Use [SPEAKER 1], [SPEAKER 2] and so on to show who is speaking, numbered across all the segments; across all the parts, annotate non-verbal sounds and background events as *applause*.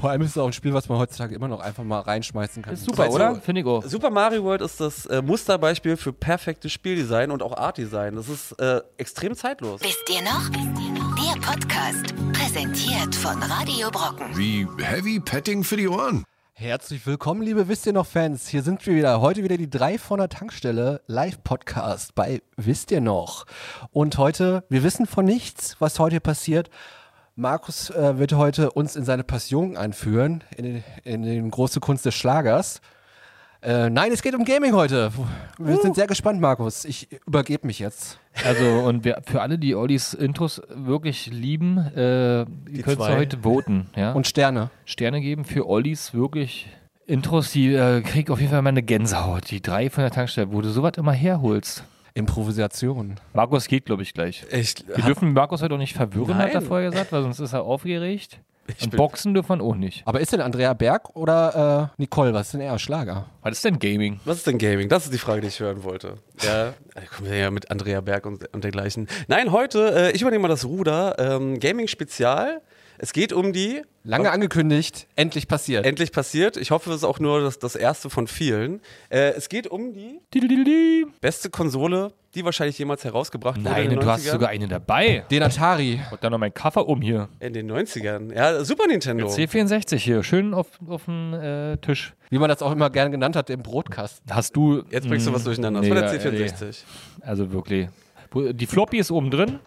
[SPEAKER 1] Vor allem ist es auch ein Spiel, was man heutzutage immer noch einfach mal reinschmeißen kann.
[SPEAKER 2] Ist super, oder? Finde ich auch.
[SPEAKER 3] Super Mario World ist das äh, Musterbeispiel für perfektes Spieldesign und auch Artdesign. Das ist äh, extrem zeitlos.
[SPEAKER 4] Wisst ihr noch? Der Podcast, präsentiert von Radio Brocken.
[SPEAKER 5] Wie heavy petting für die Ohren.
[SPEAKER 1] Herzlich willkommen, liebe Wisst ihr noch Fans. Hier sind wir wieder. Heute wieder die drei von der Tankstelle Live-Podcast bei Wisst ihr noch? Und heute, wir wissen von nichts, was heute passiert. Markus äh, wird heute uns in seine Passion einführen, in den, in den große Kunst des Schlagers. Äh, nein, es geht um Gaming heute.
[SPEAKER 2] Uh.
[SPEAKER 1] Wir sind sehr gespannt, Markus. Ich übergebe mich jetzt.
[SPEAKER 2] Also, und wir, für alle, die Ollis Intros wirklich lieben, äh, ihr könnt
[SPEAKER 3] zwei.
[SPEAKER 2] heute voten. Ja?
[SPEAKER 1] Und Sterne.
[SPEAKER 2] Sterne geben für Ollis wirklich Intros, die äh, krieg auf jeden Fall meine Gänsehaut. Die drei von der Tankstelle, wo du sowas immer herholst.
[SPEAKER 1] Improvisation.
[SPEAKER 2] Markus geht, glaube ich, gleich.
[SPEAKER 3] Ich,
[SPEAKER 2] Wir dürfen Markus heute auch nicht verwirren, hat er
[SPEAKER 3] Nein.
[SPEAKER 2] vorher gesagt, weil sonst ist er *laughs* aufgeregt. Und
[SPEAKER 3] bin-
[SPEAKER 2] Boxen dürfen wir auch nicht.
[SPEAKER 1] Aber ist denn Andrea Berg oder äh, Nicole? Was ist denn eher Schlager?
[SPEAKER 2] Was ist denn Gaming?
[SPEAKER 3] Was ist denn Gaming? Das ist die Frage, die ich hören wollte. Ja, da kommen wir ja mit Andrea Berg und, und dergleichen. Nein, heute, äh, ich übernehme mal das Ruder. Ähm, Gaming-Spezial. Es geht um die,
[SPEAKER 1] Lange angekündigt, endlich passiert.
[SPEAKER 3] endlich passiert, ich hoffe, es ist auch nur das, das erste von vielen. Äh, es geht um die
[SPEAKER 2] Tidididi.
[SPEAKER 3] beste Konsole, die wahrscheinlich jemals herausgebracht wurde. in
[SPEAKER 2] Nein,
[SPEAKER 3] den
[SPEAKER 2] du hast
[SPEAKER 3] 90ern.
[SPEAKER 2] sogar eine dabei.
[SPEAKER 1] Den Atari.
[SPEAKER 2] Und dann noch mein Kaffer um hier.
[SPEAKER 3] In den 90ern. Ja, Super Nintendo.
[SPEAKER 2] C64 hier, schön auf, auf den äh, Tisch.
[SPEAKER 1] wie man das auch immer gerne genannt hat, im Brotkasten.
[SPEAKER 2] Hast du.
[SPEAKER 3] Jetzt bringst du was durcheinander.
[SPEAKER 2] Mm, Nee,
[SPEAKER 3] das war der
[SPEAKER 2] ja, nee.
[SPEAKER 3] C64.
[SPEAKER 2] Also wirklich. Wo- Die Floppy ist oben drin,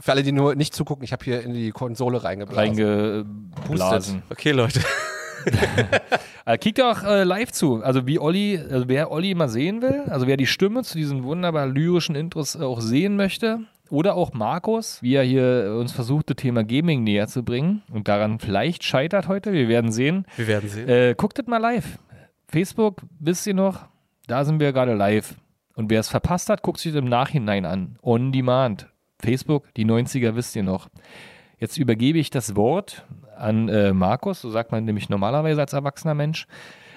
[SPEAKER 1] Für alle, die nur nicht zugucken, ich habe hier in die Konsole reingeblasen.
[SPEAKER 2] reingeblasen.
[SPEAKER 3] Okay, Leute. *laughs*
[SPEAKER 2] Äh, Kickt auch äh, live zu. Also wie Olli, also wer Olli mal sehen will, also wer die Stimme zu diesen wunderbar lyrischen Intros äh, auch sehen möchte, oder auch Markus, wie er hier äh, uns versucht, das Thema Gaming näher zu bringen und daran vielleicht scheitert heute, wir werden sehen.
[SPEAKER 3] Wir werden sehen.
[SPEAKER 2] Äh, guckt das mal live. Facebook, wisst ihr noch, da sind wir gerade live. Und wer es verpasst hat, guckt sich das im Nachhinein an. On Demand. Facebook, die 90er, wisst ihr noch. Jetzt übergebe ich das Wort an äh, Markus, so sagt man nämlich normalerweise als erwachsener Mensch.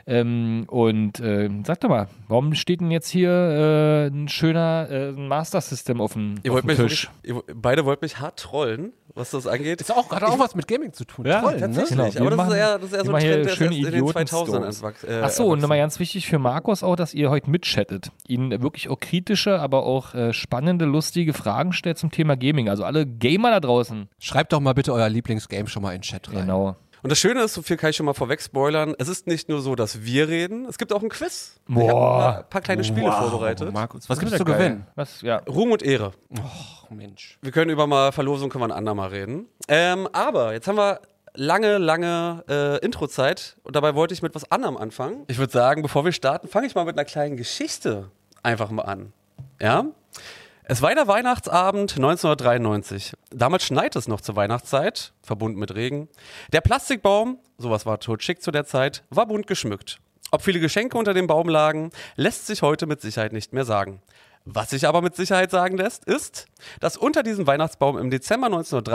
[SPEAKER 2] Ähm, und äh, sag doch mal, warum steht denn jetzt hier äh, ein schöner äh, ein Master System auf dem,
[SPEAKER 3] Ihr
[SPEAKER 2] auf
[SPEAKER 3] wollt
[SPEAKER 2] dem
[SPEAKER 3] mich,
[SPEAKER 2] Tisch?
[SPEAKER 3] ihr, wo- beide wollt mich hart trollen, was das angeht.
[SPEAKER 1] Ist auch gerade auch was mit Gaming zu tun. ne?
[SPEAKER 2] Ja,
[SPEAKER 1] Trollen,
[SPEAKER 3] Tatsächlich,
[SPEAKER 2] Genau, wir
[SPEAKER 3] aber das
[SPEAKER 2] machen
[SPEAKER 3] ist eher, das ist eher so
[SPEAKER 2] immer
[SPEAKER 3] ein
[SPEAKER 2] hier
[SPEAKER 3] Trend, der ist
[SPEAKER 2] schöne
[SPEAKER 3] erst in den
[SPEAKER 2] Idioten-Stories.
[SPEAKER 3] 2000ern entwachs- äh,
[SPEAKER 2] Achso, und nochmal
[SPEAKER 3] erwachsen.
[SPEAKER 2] ganz wichtig für Markus auch, dass ihr heute mitchattet. Ihnen wirklich auch kritische, aber auch äh, spannende, lustige Fragen stellt zum Thema Gaming. Also alle Gamer da draußen.
[SPEAKER 1] Schreibt doch mal bitte euer Lieblingsgame schon mal in den Chat rein.
[SPEAKER 2] Genau.
[SPEAKER 3] Und das Schöne ist, so viel kann ich schon mal vorweg spoilern, es ist nicht nur so, dass wir reden, es gibt auch ein Quiz. Ich habe
[SPEAKER 2] Boah.
[SPEAKER 3] ein paar, paar kleine Spiele vorbereitet.
[SPEAKER 1] Markus, was
[SPEAKER 2] Das
[SPEAKER 1] gibt's
[SPEAKER 2] ist
[SPEAKER 1] zu
[SPEAKER 2] ja geil.
[SPEAKER 1] gewinnen?
[SPEAKER 2] Was, ja.
[SPEAKER 3] Ruhm und Ehre.
[SPEAKER 1] Ach, Mensch.
[SPEAKER 3] Wir können über mal Verlosung können wir ein andermal reden. Ähm, aber jetzt haben wir lange, lange äh, Introzeit und dabei wollte ich mit was anderem anfangen. Ich würde sagen, bevor wir starten, fange ich mal mit einer kleinen Geschichte einfach mal an. Ja? Es war der Weihnachtsabend 1993. Damals schneit es noch zur Weihnachtszeit, verbunden mit Regen. Der Plastikbaum, sowas war tot schick zu der Zeit, war bunt geschmückt. Ob viele Geschenke unter dem Baum lagen, lässt sich heute mit Sicherheit nicht mehr sagen. Was sich aber mit Sicherheit sagen lässt, ist, dass unter diesem Weihnachtsbaum im Dezember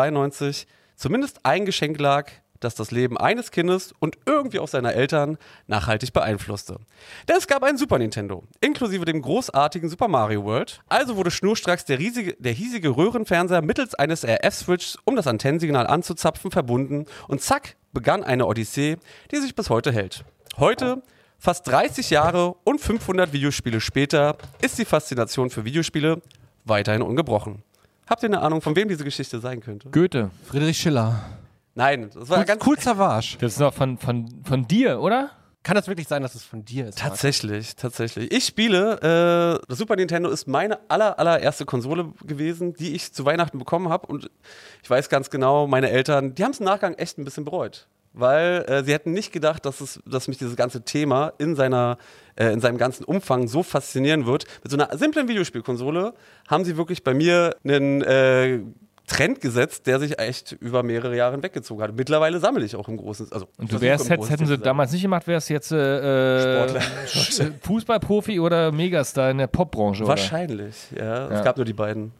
[SPEAKER 3] 1993 zumindest ein Geschenk lag, das das Leben eines Kindes und irgendwie auch seiner Eltern nachhaltig beeinflusste. Denn es gab ein Super Nintendo, inklusive dem großartigen Super Mario World. Also wurde schnurstracks der, riesige, der hiesige Röhrenfernseher mittels eines RF-Switches, um das Antennensignal anzuzapfen, verbunden und zack begann eine Odyssee, die sich bis heute hält. Heute Fast 30 Jahre und 500 Videospiele später ist die Faszination für Videospiele weiterhin ungebrochen. Habt ihr eine Ahnung, von wem diese Geschichte sein könnte?
[SPEAKER 2] Goethe.
[SPEAKER 1] Friedrich Schiller.
[SPEAKER 3] Nein, das war
[SPEAKER 1] Cool,
[SPEAKER 3] ganz
[SPEAKER 1] cool Savage.
[SPEAKER 2] Das ist doch von, von, von dir, oder?
[SPEAKER 1] Kann das wirklich sein, dass es von
[SPEAKER 2] ne?
[SPEAKER 1] dir ist? Markus?
[SPEAKER 3] Tatsächlich, tatsächlich. Ich spiele, äh, das Super Nintendo ist meine aller, allererste Konsole gewesen, die ich zu Weihnachten bekommen habe. Und ich weiß ganz genau, meine Eltern, die haben es im Nachgang echt ein bisschen bereut. Weil äh, sie hätten nicht gedacht, dass, es, dass mich dieses ganze Thema in, seiner, äh, in seinem ganzen Umfang so faszinieren wird. Mit so einer simplen Videospielkonsole haben sie wirklich bei mir einen äh, Trend gesetzt, der sich echt über mehrere Jahre hinweggezogen hat. Mittlerweile sammle ich auch im großen. Also
[SPEAKER 2] Und du
[SPEAKER 3] versuche
[SPEAKER 2] wärst,
[SPEAKER 3] im
[SPEAKER 2] hättest,
[SPEAKER 3] großen
[SPEAKER 2] hätten sie
[SPEAKER 3] zu sammeln.
[SPEAKER 2] damals nicht gemacht, wärst jetzt äh, äh, *laughs* Fußballprofi oder Megastar in der Popbranche, oder?
[SPEAKER 3] Wahrscheinlich, ja. Es gab nur die beiden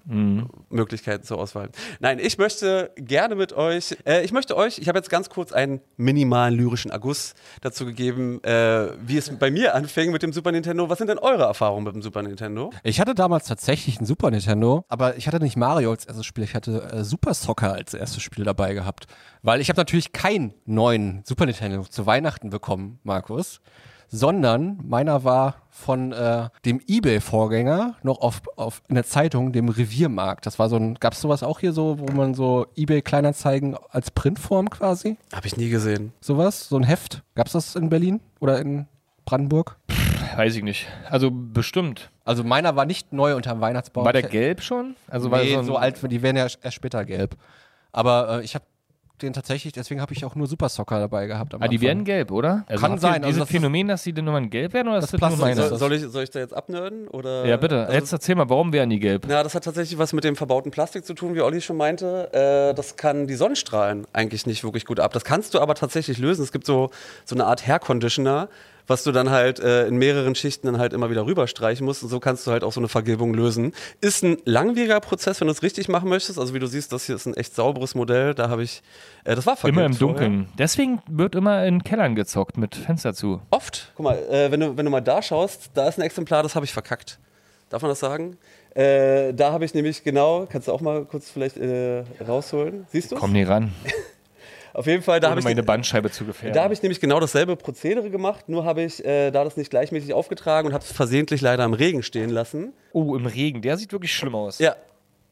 [SPEAKER 3] Möglichkeiten zur Auswahl. Nein, ich möchte gerne mit euch, äh, ich möchte euch, ich habe jetzt ganz kurz einen minimalen lyrischen Erguss dazu gegeben, äh, wie es bei mir anfing mit dem Super Nintendo. Was sind denn eure Erfahrungen mit dem Super Nintendo?
[SPEAKER 1] Ich hatte damals tatsächlich einen Super Nintendo, aber ich hatte nicht Mario als erstes Spiel, ich hatte äh, Super Soccer als erstes Spiel dabei gehabt. Weil ich habe natürlich keinen neuen Super Nintendo zu Weihnachten bekommen, Markus. Sondern meiner war von äh, dem Ebay-Vorgänger noch auf, auf in der Zeitung, dem Reviermarkt. Das war so ein, gab's sowas auch hier so, wo man so Ebay-Kleinanzeigen als Printform quasi?
[SPEAKER 3] Habe ich nie gesehen.
[SPEAKER 1] Sowas? So ein Heft? Gab's das in Berlin oder in Brandenburg?
[SPEAKER 2] Weiß ich nicht. Also bestimmt.
[SPEAKER 1] Also meiner war nicht neu unterm Weihnachtsbaum.
[SPEAKER 2] War der
[SPEAKER 1] Ich-
[SPEAKER 2] gelb schon? Also war
[SPEAKER 1] nee,
[SPEAKER 2] so,
[SPEAKER 1] so,
[SPEAKER 2] ein,
[SPEAKER 1] alt, die werden ja erst später gelb. Aber äh, ich habe den tatsächlich, deswegen habe ich auch nur Super Soccer dabei gehabt. Am
[SPEAKER 2] Ah, die
[SPEAKER 1] Anfang.
[SPEAKER 2] werden gelb, oder? Also
[SPEAKER 1] Kann
[SPEAKER 2] habt ihr
[SPEAKER 1] sein, also
[SPEAKER 2] Dieses
[SPEAKER 1] das ist-
[SPEAKER 2] Phänomen, dass die den Nummern gelb werden oder das ist das nur
[SPEAKER 1] Plastik-
[SPEAKER 2] meine?
[SPEAKER 1] Ist
[SPEAKER 3] So,
[SPEAKER 1] das-
[SPEAKER 3] soll, ich, soll ich da jetzt abnörden? Oder?
[SPEAKER 2] Ja, bitte.
[SPEAKER 3] Also,
[SPEAKER 2] Jetzt erzähl mal, warum werden die gelb?
[SPEAKER 3] na, das hat tatsächlich was mit dem verbauten Plastik zu tun, wie Olli schon meinte. Äh, das kann die Sonnenstrahlen eigentlich nicht wirklich gut ab. Das kannst du aber tatsächlich lösen. Es gibt so, so eine Art Hair Conditioner, was du dann halt äh, in mehreren Schichten dann halt immer wieder rüberstreichen musst. Und so kannst du halt auch so eine Vergilbung lösen. Ist ein langwieriger Prozess, wenn du es richtig machen möchtest. Also wie du siehst, das hier ist ein echt sauberes Modell. Da habe ich, äh, das war vergilbt
[SPEAKER 2] Immer im
[SPEAKER 3] vorher.
[SPEAKER 2] Dunkeln. Deswegen wird immer in Kellern gezockt mit Fenster zu.
[SPEAKER 3] Oft. Guck mal, äh, wenn, du, wenn du mal da schaust, da ist ein Exemplar, das habe ich verkackt. Darf man das sagen? Äh, da habe ich nämlich genau, kannst du auch mal kurz vielleicht äh, rausholen. Siehst du?
[SPEAKER 2] Komm nie ran.
[SPEAKER 3] Auf jeden Fall, da habe
[SPEAKER 2] Ohne
[SPEAKER 3] ich, ne,
[SPEAKER 2] meine Bandscheibe zu gefährden.
[SPEAKER 3] da habe ich nämlich genau dasselbe Prozedere gemacht, nur habe ich äh, da das nicht gleichmäßig aufgetragen und habe es versehentlich leider im Regen stehen lassen.
[SPEAKER 2] oh, im Regen. Der sieht wirklich schlimm aus.
[SPEAKER 3] Ja.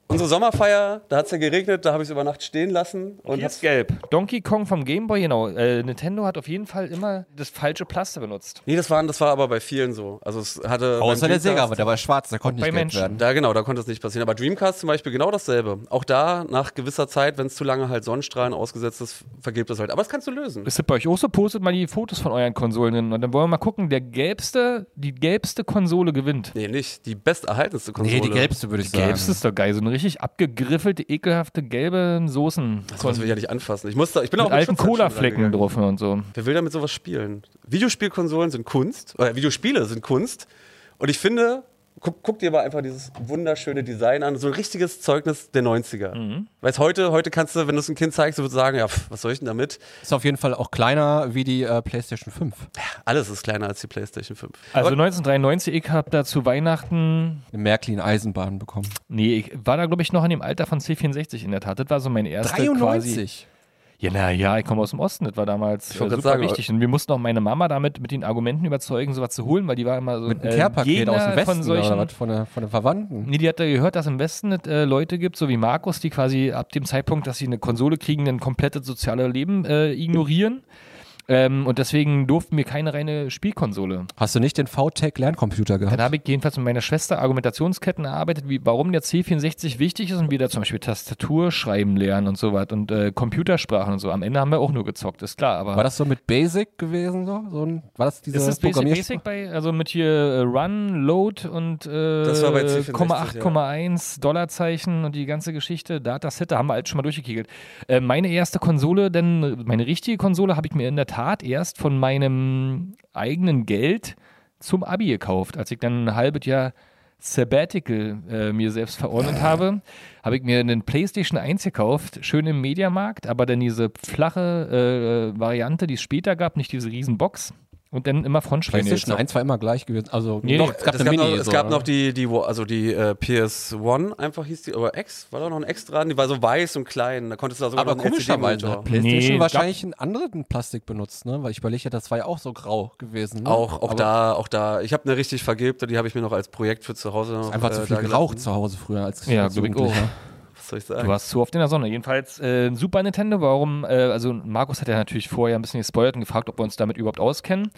[SPEAKER 3] Unsere Sommerfeier, da hat es ja geregnet, da habe ich es über Nacht stehen lassen. Und
[SPEAKER 2] Hier
[SPEAKER 3] hab's-
[SPEAKER 2] ist gelb. Donkey Kong vom Gameboy, genau. Äh, Nintendo hat auf jeden Fall immer das falsche Plaster benutzt.
[SPEAKER 3] nee, das, waren, das war aber bei vielen so. Also es hatte beim
[SPEAKER 1] Außer der
[SPEAKER 3] Dreamcast-
[SPEAKER 1] Sega, aber der war schwarz, der konnte
[SPEAKER 2] Bei
[SPEAKER 1] nicht gelb
[SPEAKER 2] Menschen.
[SPEAKER 1] werden.
[SPEAKER 3] Da genau, da konnte es nicht passieren. Aber Dreamcast zum Beispiel genau dasselbe. Auch da, nach gewisser Zeit, wenn es zu lange halt Sonnenstrahlen ausgesetzt ist, vergilbt das halt. Aber das kannst du lösen.
[SPEAKER 2] Ist das bei euch auch so? Postet mal die Fotos von euren Konsolen hin und dann wollen wir mal gucken, der gelbste, die gelbste Konsole gewinnt.
[SPEAKER 3] Nee, nicht. Die besterhaltenste Konsole.
[SPEAKER 1] Nee, die gelbste würde ich sagen.
[SPEAKER 2] Gelbste ist doch geil, so eine richtig abgegriffelte, ekelhafte gelbe Soßen.
[SPEAKER 3] Das muss ich ja nicht anfassen. Ich, muss da, ich bin auch
[SPEAKER 2] Genau, mit
[SPEAKER 3] mit
[SPEAKER 2] alten
[SPEAKER 3] Schutz schon
[SPEAKER 2] Cola-Flecken
[SPEAKER 3] rangegangen.
[SPEAKER 2] drauf und so.
[SPEAKER 3] Wer will damit sowas spielen? Videospielkonsolen sind Kunst. Oder Videospiele sind Kunst. Und ich finde, guck, guck dir mal einfach dieses wunderschöne Design an. So ein richtiges Zeugnis der 90er.
[SPEAKER 2] Mhm.
[SPEAKER 3] Weißt heute, heute kannst du, wenn du es einem Kind zeigst, du würdest sagen, ja, pf, was soll ich denn damit?
[SPEAKER 1] Ist auf jeden Fall auch kleiner wie die äh, PlayStation 5.
[SPEAKER 3] Alles ist kleiner als die PlayStation 5.
[SPEAKER 2] Also 1993, ich habe da zu Weihnachten,
[SPEAKER 1] Eine Märklin Eisenbahn bekommen.
[SPEAKER 2] nee, ich war da glaube ich noch in dem Alter von C64 in der Tat. Das war so mein erster quasi. Ja, naja, ich komme aus dem Osten, das war damals äh,
[SPEAKER 3] wollt grad
[SPEAKER 2] super
[SPEAKER 3] sagen,
[SPEAKER 2] wichtig. Und wir mussten auch meine Mama damit mit den Argumenten überzeugen, sowas zu holen, weil die war immer so
[SPEAKER 1] Mit einem
[SPEAKER 2] äh,
[SPEAKER 1] Care-Paket
[SPEAKER 2] Gegner
[SPEAKER 1] aus dem Westen
[SPEAKER 2] von solchen,
[SPEAKER 1] oder was? Von, der, von den Verwandten.
[SPEAKER 2] Nee, die hat ja gehört, dass im Westen äh, Leute gibt, so wie Markus, die quasi ab dem Zeitpunkt, dass sie eine Konsole kriegen, dann komplettes soziale Leben äh, ignorieren. Ähm, und deswegen durften wir keine reine Spielkonsole.
[SPEAKER 1] Hast du nicht den VTech-Lerncomputer gehabt?
[SPEAKER 2] Dann habe ich jedenfalls mit meiner Schwester Argumentationsketten erarbeitet, wie, warum der C64 wichtig ist und wir da zum Beispiel Tastatur schreiben lernen und so was und äh, Computersprachen und so. Am Ende haben wir auch nur gezockt, ist klar. Aber
[SPEAKER 1] war das so mit Basic gewesen? So? So ein, war das diese
[SPEAKER 2] ist das Basic,
[SPEAKER 1] Programmier-
[SPEAKER 2] Basic bei, also mit hier äh, Run, Load und äh,
[SPEAKER 3] Das war bei C64,
[SPEAKER 2] 8,1 Dollarzeichen und die ganze Geschichte, Dataset, da haben wir alles schon mal durchgekegelt. Äh, meine erste Konsole, denn meine richtige Konsole habe ich mir in der Tat erst von meinem eigenen Geld zum Abi gekauft, als ich dann ein halbes Jahr Sabbatical äh, mir selbst verordnet habe, habe ich mir einen PlayStation 1 gekauft, schön im Mediamarkt, aber dann diese flache äh, Variante, die es später gab, nicht diese riesen Box und dann immer Frontschweine.
[SPEAKER 1] PlayStation
[SPEAKER 2] gezockt.
[SPEAKER 1] 1 war immer gleich gewesen. Also
[SPEAKER 2] Nee,
[SPEAKER 1] noch,
[SPEAKER 2] nee,
[SPEAKER 1] es gab
[SPEAKER 3] es
[SPEAKER 1] eine
[SPEAKER 3] gab,
[SPEAKER 1] Mini.
[SPEAKER 3] noch, es
[SPEAKER 1] so,
[SPEAKER 3] gab
[SPEAKER 1] ne?
[SPEAKER 3] noch die, die, wo- also die äh, PS1 einfach hieß die, oder X, war da noch ein X dran, die war so weiß und klein, da konntest du da sogar
[SPEAKER 1] Aber
[SPEAKER 3] noch einen
[SPEAKER 1] komischerweise ne? hat
[SPEAKER 3] LCD-Monitor.
[SPEAKER 1] PlayStation
[SPEAKER 2] Nee,
[SPEAKER 1] wahrscheinlich einen anderen Plastik benutzt, ne? Weil ich überlege, das war ja auch so grau gewesen. Ne?
[SPEAKER 3] Auch, auch
[SPEAKER 1] Aber
[SPEAKER 3] da, auch da, ich habe eine richtig vergilbte, die habe ich mir noch als Projekt für zu Hause noch,
[SPEAKER 1] Einfach zu
[SPEAKER 3] äh,
[SPEAKER 1] viel
[SPEAKER 3] da
[SPEAKER 1] geraucht
[SPEAKER 3] gelassen.
[SPEAKER 1] zu Hause früher als,
[SPEAKER 2] Ja,
[SPEAKER 1] als
[SPEAKER 2] glaub ich auch.
[SPEAKER 1] Jugendlicher.
[SPEAKER 3] Was soll ich
[SPEAKER 2] Du
[SPEAKER 3] sagen?
[SPEAKER 2] warst zu oft in der Sonne. Jedenfalls äh, Super Nintendo, warum? Äh, also Markus hat ja natürlich vorher ein bisschen gespoilert und gefragt, ob wir uns damit überhaupt auskennen.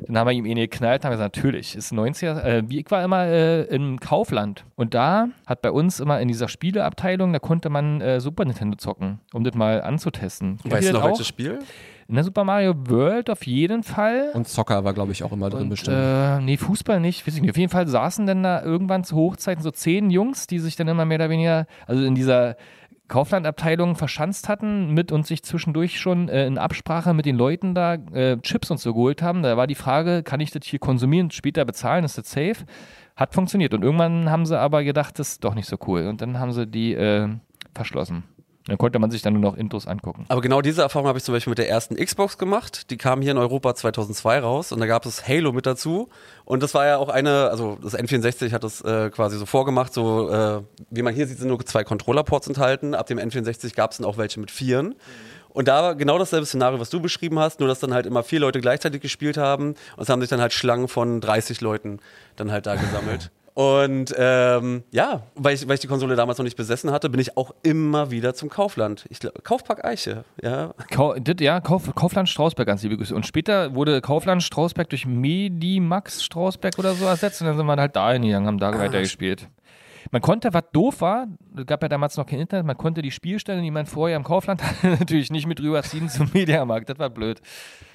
[SPEAKER 2] Dann haben wir ihm eh geknallt und haben gesagt, natürlich, ist 90er. Äh, wie ich war immer äh, im Kaufland und da hat bei uns immer in dieser Spieleabteilung, da konnte man äh, Super Nintendo zocken, um das mal anzutesten. Kennt
[SPEAKER 3] Weißt
[SPEAKER 2] ihr
[SPEAKER 3] du
[SPEAKER 2] das
[SPEAKER 3] noch
[SPEAKER 2] auch?
[SPEAKER 3] welches Spiel?
[SPEAKER 2] Na, Super Mario World auf jeden Fall.
[SPEAKER 1] Und Zocker war, glaube ich, auch immer drin
[SPEAKER 2] Und,
[SPEAKER 1] bestimmt.
[SPEAKER 2] äh, nee, Fußball nicht, weiß ich nicht. Auf jeden Fall saßen dann da irgendwann zu Hochzeiten so zehn Jungs, die sich dann immer mehr oder weniger, also in dieser Kauflandabteilung verschanzt hatten mit und sich zwischendurch schon äh, in Absprache mit den Leuten da äh, Chips und so geholt haben. Da war die Frage, kann ich das hier konsumieren, später bezahlen, ist das safe? Hat funktioniert. Und irgendwann haben sie aber gedacht, das ist doch nicht so cool. Und dann haben sie die äh, verschlossen. Dann konnte man sich dann nur noch Intros angucken.
[SPEAKER 3] Aber genau diese Erfahrung habe ich zum Beispiel mit der ersten Xbox gemacht. Die kam hier in Europa 2002 raus und da gab es Halo mit dazu. Und das war ja auch eine, also das N64 hat das äh, quasi so vorgemacht, so äh, wie man hier sieht, sind nur zwei Controller-Ports enthalten. Ab dem N64 gab es dann auch welche mit Vieren. Und da war genau dasselbe Szenario, was du beschrieben hast, nur dass dann halt immer vier Leute gleichzeitig gespielt haben und es haben sich dann halt Schlangen von 30 Leuten dann halt
[SPEAKER 1] *laughs*
[SPEAKER 3] da gesammelt. Und ähm, ja, weil ich, weil ich die Konsole damals noch nicht besessen hatte, bin ich auch immer wieder zum Kaufland. Ich glaub, Kaufpark Eiche, ja.
[SPEAKER 2] Kau dit, ja, Kauf, Kaufland Strausberg, ganz liebe Grüße. Und später wurde Kaufland Strausberg durch Medimax Strausberg oder so ersetzt und dann sind wir halt da hingegangen, haben da weitergespielt. Man konnte, was doof war, es gab ja damals noch kein Internet, man konnte die Spielstände, die man vorher im Kaufland *laughs* hatte, natürlich nicht mit rüberziehen zum *laughs* Mediamarkt. Das war blöd.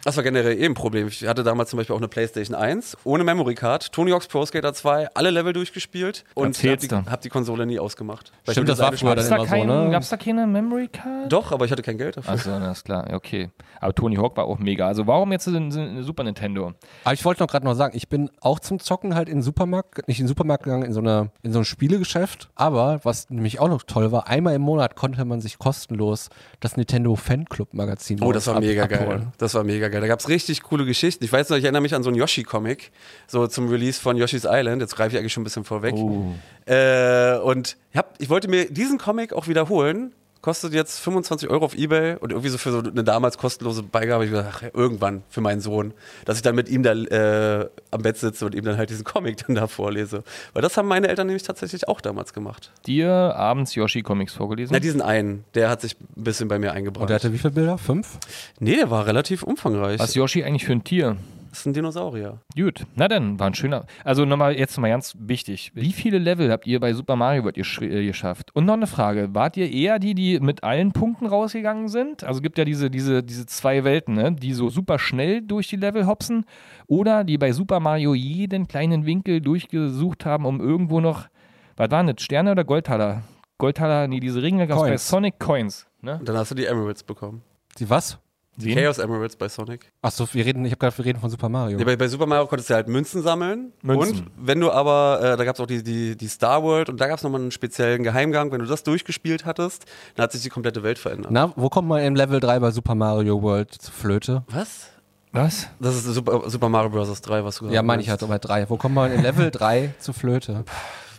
[SPEAKER 3] Das war generell eh ein Problem. Ich hatte damals zum Beispiel auch eine Playstation 1 ohne Memory Card, Tony Hawk's Pro Skater 2, alle Level durchgespielt und hab
[SPEAKER 2] Erzähl's
[SPEAKER 3] die,
[SPEAKER 2] doch.
[SPEAKER 3] hab die Konsole nie ausgemacht. Weil ich
[SPEAKER 1] Stimmt,
[SPEAKER 3] mir
[SPEAKER 1] das war
[SPEAKER 3] eine
[SPEAKER 1] früher
[SPEAKER 3] Spaß-
[SPEAKER 1] dann
[SPEAKER 2] Gab's da,
[SPEAKER 1] immer so,
[SPEAKER 2] kein,
[SPEAKER 1] ne?
[SPEAKER 2] gab's da keine Memory Card?
[SPEAKER 3] Doch, aber ich hatte kein Geld dafür.
[SPEAKER 2] Achso, alles klar, ja, okay. Aber Tony Hawk war auch mega. Also warum jetzt ein, ein Super Nintendo?
[SPEAKER 1] Aber ich wollte noch gerade noch sagen, ich bin auch zum Zocken halt in den Supermarkt, nicht in den Supermarkt gegangen, in so, eine, in so ein Spielegeschäft. Aber was nämlich auch noch toll war, einmal im Monat konnte man sich kostenlos das Nintendo Fanclub Magazin
[SPEAKER 3] Oh, das war
[SPEAKER 1] ab-
[SPEAKER 3] mega
[SPEAKER 1] abholen.
[SPEAKER 3] geil. Das war mega geil. Da gab es richtig coole Geschichten. Ich weiß noch, ich erinnere mich an so einen Yoshi-Comic, so zum Release von Yoshi's Island. Jetzt greife ich eigentlich schon ein bisschen vorweg.
[SPEAKER 1] Oh.
[SPEAKER 3] Äh, und ich, hab, ich wollte mir diesen Comic auch wiederholen. Kostet jetzt 25 Euro auf Ebay und irgendwie so für so eine damals kostenlose Beigabe. Ich gesagt, ach, irgendwann für meinen Sohn, dass ich dann mit ihm da äh, am Bett sitze und ihm dann halt diesen Comic dann da vorlese. Weil das haben meine Eltern nämlich tatsächlich auch damals gemacht.
[SPEAKER 2] Dir abends Yoshi Comics vorgelesen?
[SPEAKER 3] Na, diesen einen, der hat sich ein bisschen bei mir
[SPEAKER 1] Hm.
[SPEAKER 3] eingebracht.
[SPEAKER 1] Und der hatte wie viele Bilder? Fünf?
[SPEAKER 3] nee, der war relativ umfangreich.
[SPEAKER 2] Was ist Yoshi eigentlich für ein Tier?
[SPEAKER 3] Das ist ein Dinosaurier.
[SPEAKER 2] Gut, na dann, war ein schöner. Also nochmal, jetzt mal ganz wichtig. Wie viele Level habt ihr bei Super Mario World gesch- äh, geschafft? Und noch eine Frage. Wart ihr eher die, die mit allen Punkten rausgegangen sind? Also gibt ja diese, diese, diese zwei Welten, ne? die so super schnell durch die Level hopsen oder die bei Super Mario jeden kleinen Winkel durchgesucht haben, um irgendwo noch, was waren das, Sterne oder Goldtaler? Goldtaler, nee, diese Ringe gab es bei
[SPEAKER 1] Coins.
[SPEAKER 2] Sonic Coins. Ne?
[SPEAKER 3] Und dann hast du die Emeralds bekommen.
[SPEAKER 1] Die was?
[SPEAKER 2] Sehen?
[SPEAKER 3] Chaos Emeralds bei Sonic.
[SPEAKER 1] Achso, wir reden, ich habe gerade, wir reden von Super Mario.
[SPEAKER 3] Ja, bei, bei Super Mario konntest du halt Münzen sammeln.
[SPEAKER 2] Münzen.
[SPEAKER 3] Und wenn du aber, äh, da gab es auch die, die, die Star World und da gab es nochmal einen speziellen Geheimgang. Wenn du das durchgespielt hattest, dann hat sich die komplette Welt verändert.
[SPEAKER 1] Na, wo kommt man im Level 3 bei Super Mario World zu Flöte?
[SPEAKER 3] Was?
[SPEAKER 2] Was?
[SPEAKER 3] Das ist Super, Super Mario Bros. 3, was du gesagt
[SPEAKER 1] Ja, meine
[SPEAKER 3] hast.
[SPEAKER 1] ich halt, aber 3. Wo kommt man im Level 3 zu Flöte?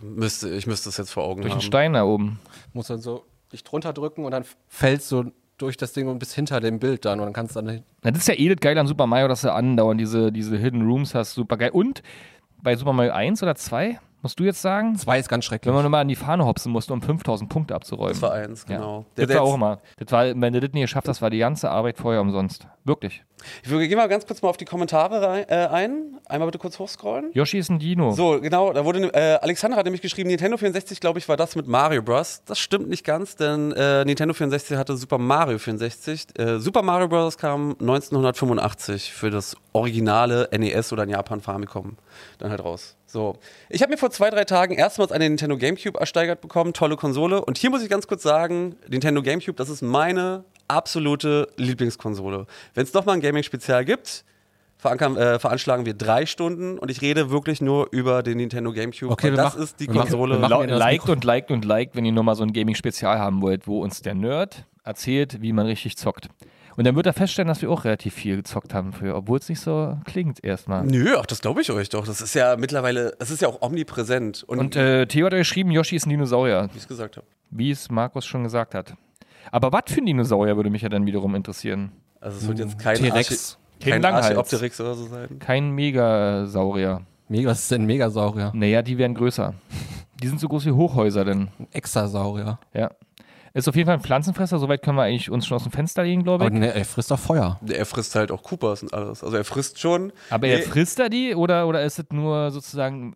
[SPEAKER 3] Müsste, ich müsste es jetzt vor Augen
[SPEAKER 2] Durch einen
[SPEAKER 3] haben.
[SPEAKER 2] Stein da oben.
[SPEAKER 1] Muss dann so dich drunter drücken und dann fällst so durch das Ding und bis hinter dem Bild dann und dann kannst du dann
[SPEAKER 2] Na, das ist ja eh das geil an Super Mario, dass du andauernd diese, diese Hidden Rooms hast. Super geil. Und bei Super Mario 1 oder 2, musst du jetzt sagen,
[SPEAKER 1] 2 ist ganz schrecklich.
[SPEAKER 2] wenn man nochmal an die Fahne hopsen musste, um 5000 Punkte abzuräumen.
[SPEAKER 3] Das war eins, genau.
[SPEAKER 2] Ja.
[SPEAKER 3] Der-
[SPEAKER 2] Das war
[SPEAKER 3] der-
[SPEAKER 2] auch immer. Das war, wenn du das nicht geschafft hast, war die ganze Arbeit vorher umsonst. Wirklich.
[SPEAKER 3] Ich will- geh mal ganz kurz mal auf die Kommentare rein, äh, ein. Einmal bitte kurz hochscrollen.
[SPEAKER 2] Yoshi ist ein Dino.
[SPEAKER 3] So, genau, da wurde äh, Alexandra hat nämlich geschrieben, Nintendo 64, glaube ich, war das mit Mario Bros. Das stimmt nicht ganz, denn äh, Nintendo 64 hatte Super Mario 64. Äh, Super Mario Bros. kam 1985 für das originale NES oder in Japan Famicom dann halt raus. So, ich habe mir vor zwei, drei Tagen erstmals eine Nintendo GameCube ersteigert bekommen, tolle Konsole. Und hier muss ich ganz kurz sagen, Nintendo GameCube, das ist meine absolute Lieblingskonsole. Wenn es nochmal ein Gaming-Spezial gibt, verankern, äh, veranschlagen wir drei Stunden und ich rede wirklich nur über den Nintendo GameCube.
[SPEAKER 1] Okay,
[SPEAKER 3] weil
[SPEAKER 1] wir
[SPEAKER 3] das
[SPEAKER 1] machen-
[SPEAKER 3] ist die
[SPEAKER 1] wir machen-
[SPEAKER 3] Konsole.
[SPEAKER 1] wir machen-
[SPEAKER 2] Lau-
[SPEAKER 1] mir das
[SPEAKER 2] liked
[SPEAKER 1] Mikro-
[SPEAKER 2] und liked und liked, wenn ihr nochmal so ein Gaming-Spezial haben wollt, wo uns der Nerd erzählt, wie man richtig zockt. Und dann wird er feststellen, dass wir auch relativ viel gezockt haben früher, obwohl es nicht so klingt erstmal.
[SPEAKER 3] Nö, ach, das glaube ich euch doch. Das ist ja mittlerweile, es ist ja auch omnipräsent. Und,
[SPEAKER 2] Und äh, Theo hat euch geschrieben, Yoshi ist ein Dinosaurier.
[SPEAKER 3] wie ich es gesagt habe.
[SPEAKER 2] wie es Markus schon gesagt hat. Aber was für ein Dinosaurier würde mich ja dann wiederum interessieren?
[SPEAKER 3] Also es wird jetzt kein
[SPEAKER 1] T-Rex.
[SPEAKER 3] Archi- kein
[SPEAKER 2] Kein Langhals.
[SPEAKER 3] Archeopteryx oder so sein.
[SPEAKER 2] Kein Megasaurier.
[SPEAKER 1] Mega, was ist denn ein Megasaurier?
[SPEAKER 2] Naja, die wären größer. *laughs* Die sind so groß wie Hochhäuser denn.
[SPEAKER 1] Ein Exasaurier.
[SPEAKER 2] Ja. Ist auf jeden Fall ein Pflanzenfresser, soweit können wir eigentlich uns schon aus dem Fenster legen, glaube
[SPEAKER 1] Aber
[SPEAKER 2] ich.
[SPEAKER 1] ne, er frisst doch Feuer.
[SPEAKER 3] Er frisst halt auch Koopas und alles. Also er frisst schon.
[SPEAKER 2] Aber
[SPEAKER 3] Nee,
[SPEAKER 2] er frisst er die oder, oder ist es nur sozusagen,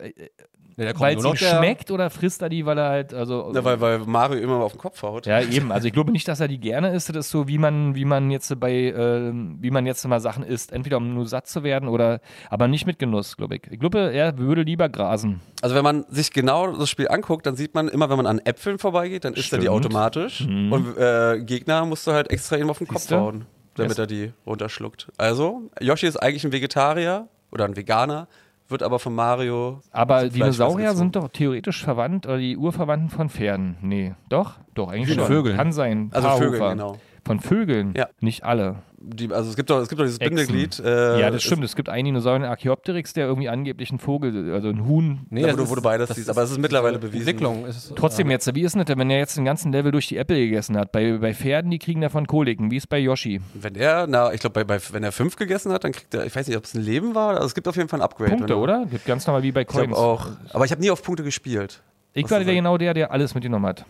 [SPEAKER 1] Ne, der
[SPEAKER 2] weil es ihm
[SPEAKER 1] der-
[SPEAKER 2] schmeckt oder frisst er die, weil er halt, also.
[SPEAKER 3] na, weil, weil Mario immer mal auf den Kopf haut.
[SPEAKER 2] ja, eben. Also ich glaube nicht, dass er die gerne isst. Das ist so, wie man, wie man jetzt bei, ähm, wie man jetzt mal Sachen isst. Entweder um nur satt zu werden oder, aber nicht mit Genuss, glaube ich. Ich glaube, er würde lieber grasen.
[SPEAKER 3] Also wenn man sich genau das Spiel anguckt, dann sieht man immer, wenn man an Äpfeln vorbeigeht, dann isst er die
[SPEAKER 2] Stimmt. Mhm.
[SPEAKER 3] automatisch. Und äh, Gegner musst du halt extra ihm auf den Kopf
[SPEAKER 2] Siehste?
[SPEAKER 3] hauen, damit
[SPEAKER 2] Yes.
[SPEAKER 3] er die runterschluckt. Also, Yoshi ist eigentlich ein Vegetarier oder ein Veganer, wird aber von Mario.
[SPEAKER 2] Aber
[SPEAKER 3] Fleisch
[SPEAKER 2] Dinosaurier
[SPEAKER 3] festgezogen.
[SPEAKER 2] sind doch theoretisch verwandt oder die Urverwandten von Pferden. Nee, doch, doch eigentlich
[SPEAKER 1] Viele
[SPEAKER 2] schon.
[SPEAKER 1] Vögel.
[SPEAKER 2] Kann sein.
[SPEAKER 3] Also
[SPEAKER 2] Paarhufer.
[SPEAKER 3] Vögel, genau.
[SPEAKER 2] Von Vögeln,
[SPEAKER 3] Ja.
[SPEAKER 2] nicht alle.
[SPEAKER 3] Die, also es gibt doch, es gibt doch dieses
[SPEAKER 2] Echsen.
[SPEAKER 3] Bindeglied. äh,
[SPEAKER 2] ja, das stimmt. Es gibt einen Dinosaurier, einen Archaeopteryx, der irgendwie angeblich ein Vogel, also ein Huhn.
[SPEAKER 3] Es,
[SPEAKER 1] Nee,
[SPEAKER 3] da
[SPEAKER 1] das
[SPEAKER 3] wurde,
[SPEAKER 1] ist-
[SPEAKER 3] wurde beides dies, aber es ist mittlerweile bewiesen.
[SPEAKER 1] Entwicklung ist
[SPEAKER 2] Trotzdem jetzt, wie ist denn das denn, wenn er jetzt den ganzen Level durch die Äpfel gegessen hat? Bei, bei Pferden, die kriegen davon Koliken, wie es bei Yoshi.
[SPEAKER 3] Wenn er, na, ich glaube, bei, bei, wenn er fünf gegessen hat, dann kriegt er, ich weiß nicht, ob es ein Leben war, also es gibt auf jeden Fall ein Upgrade.
[SPEAKER 2] Punkte,
[SPEAKER 3] wenn-
[SPEAKER 2] oder? Gibt ganz normal wie bei
[SPEAKER 3] Ich glaube
[SPEAKER 2] Coins.
[SPEAKER 3] auch. Aber ich habe nie auf Punkte gespielt.
[SPEAKER 2] Ich
[SPEAKER 3] Was
[SPEAKER 2] war
[SPEAKER 3] du
[SPEAKER 2] der
[SPEAKER 3] sagst.
[SPEAKER 2] genau der, der alles mitgenommen hat.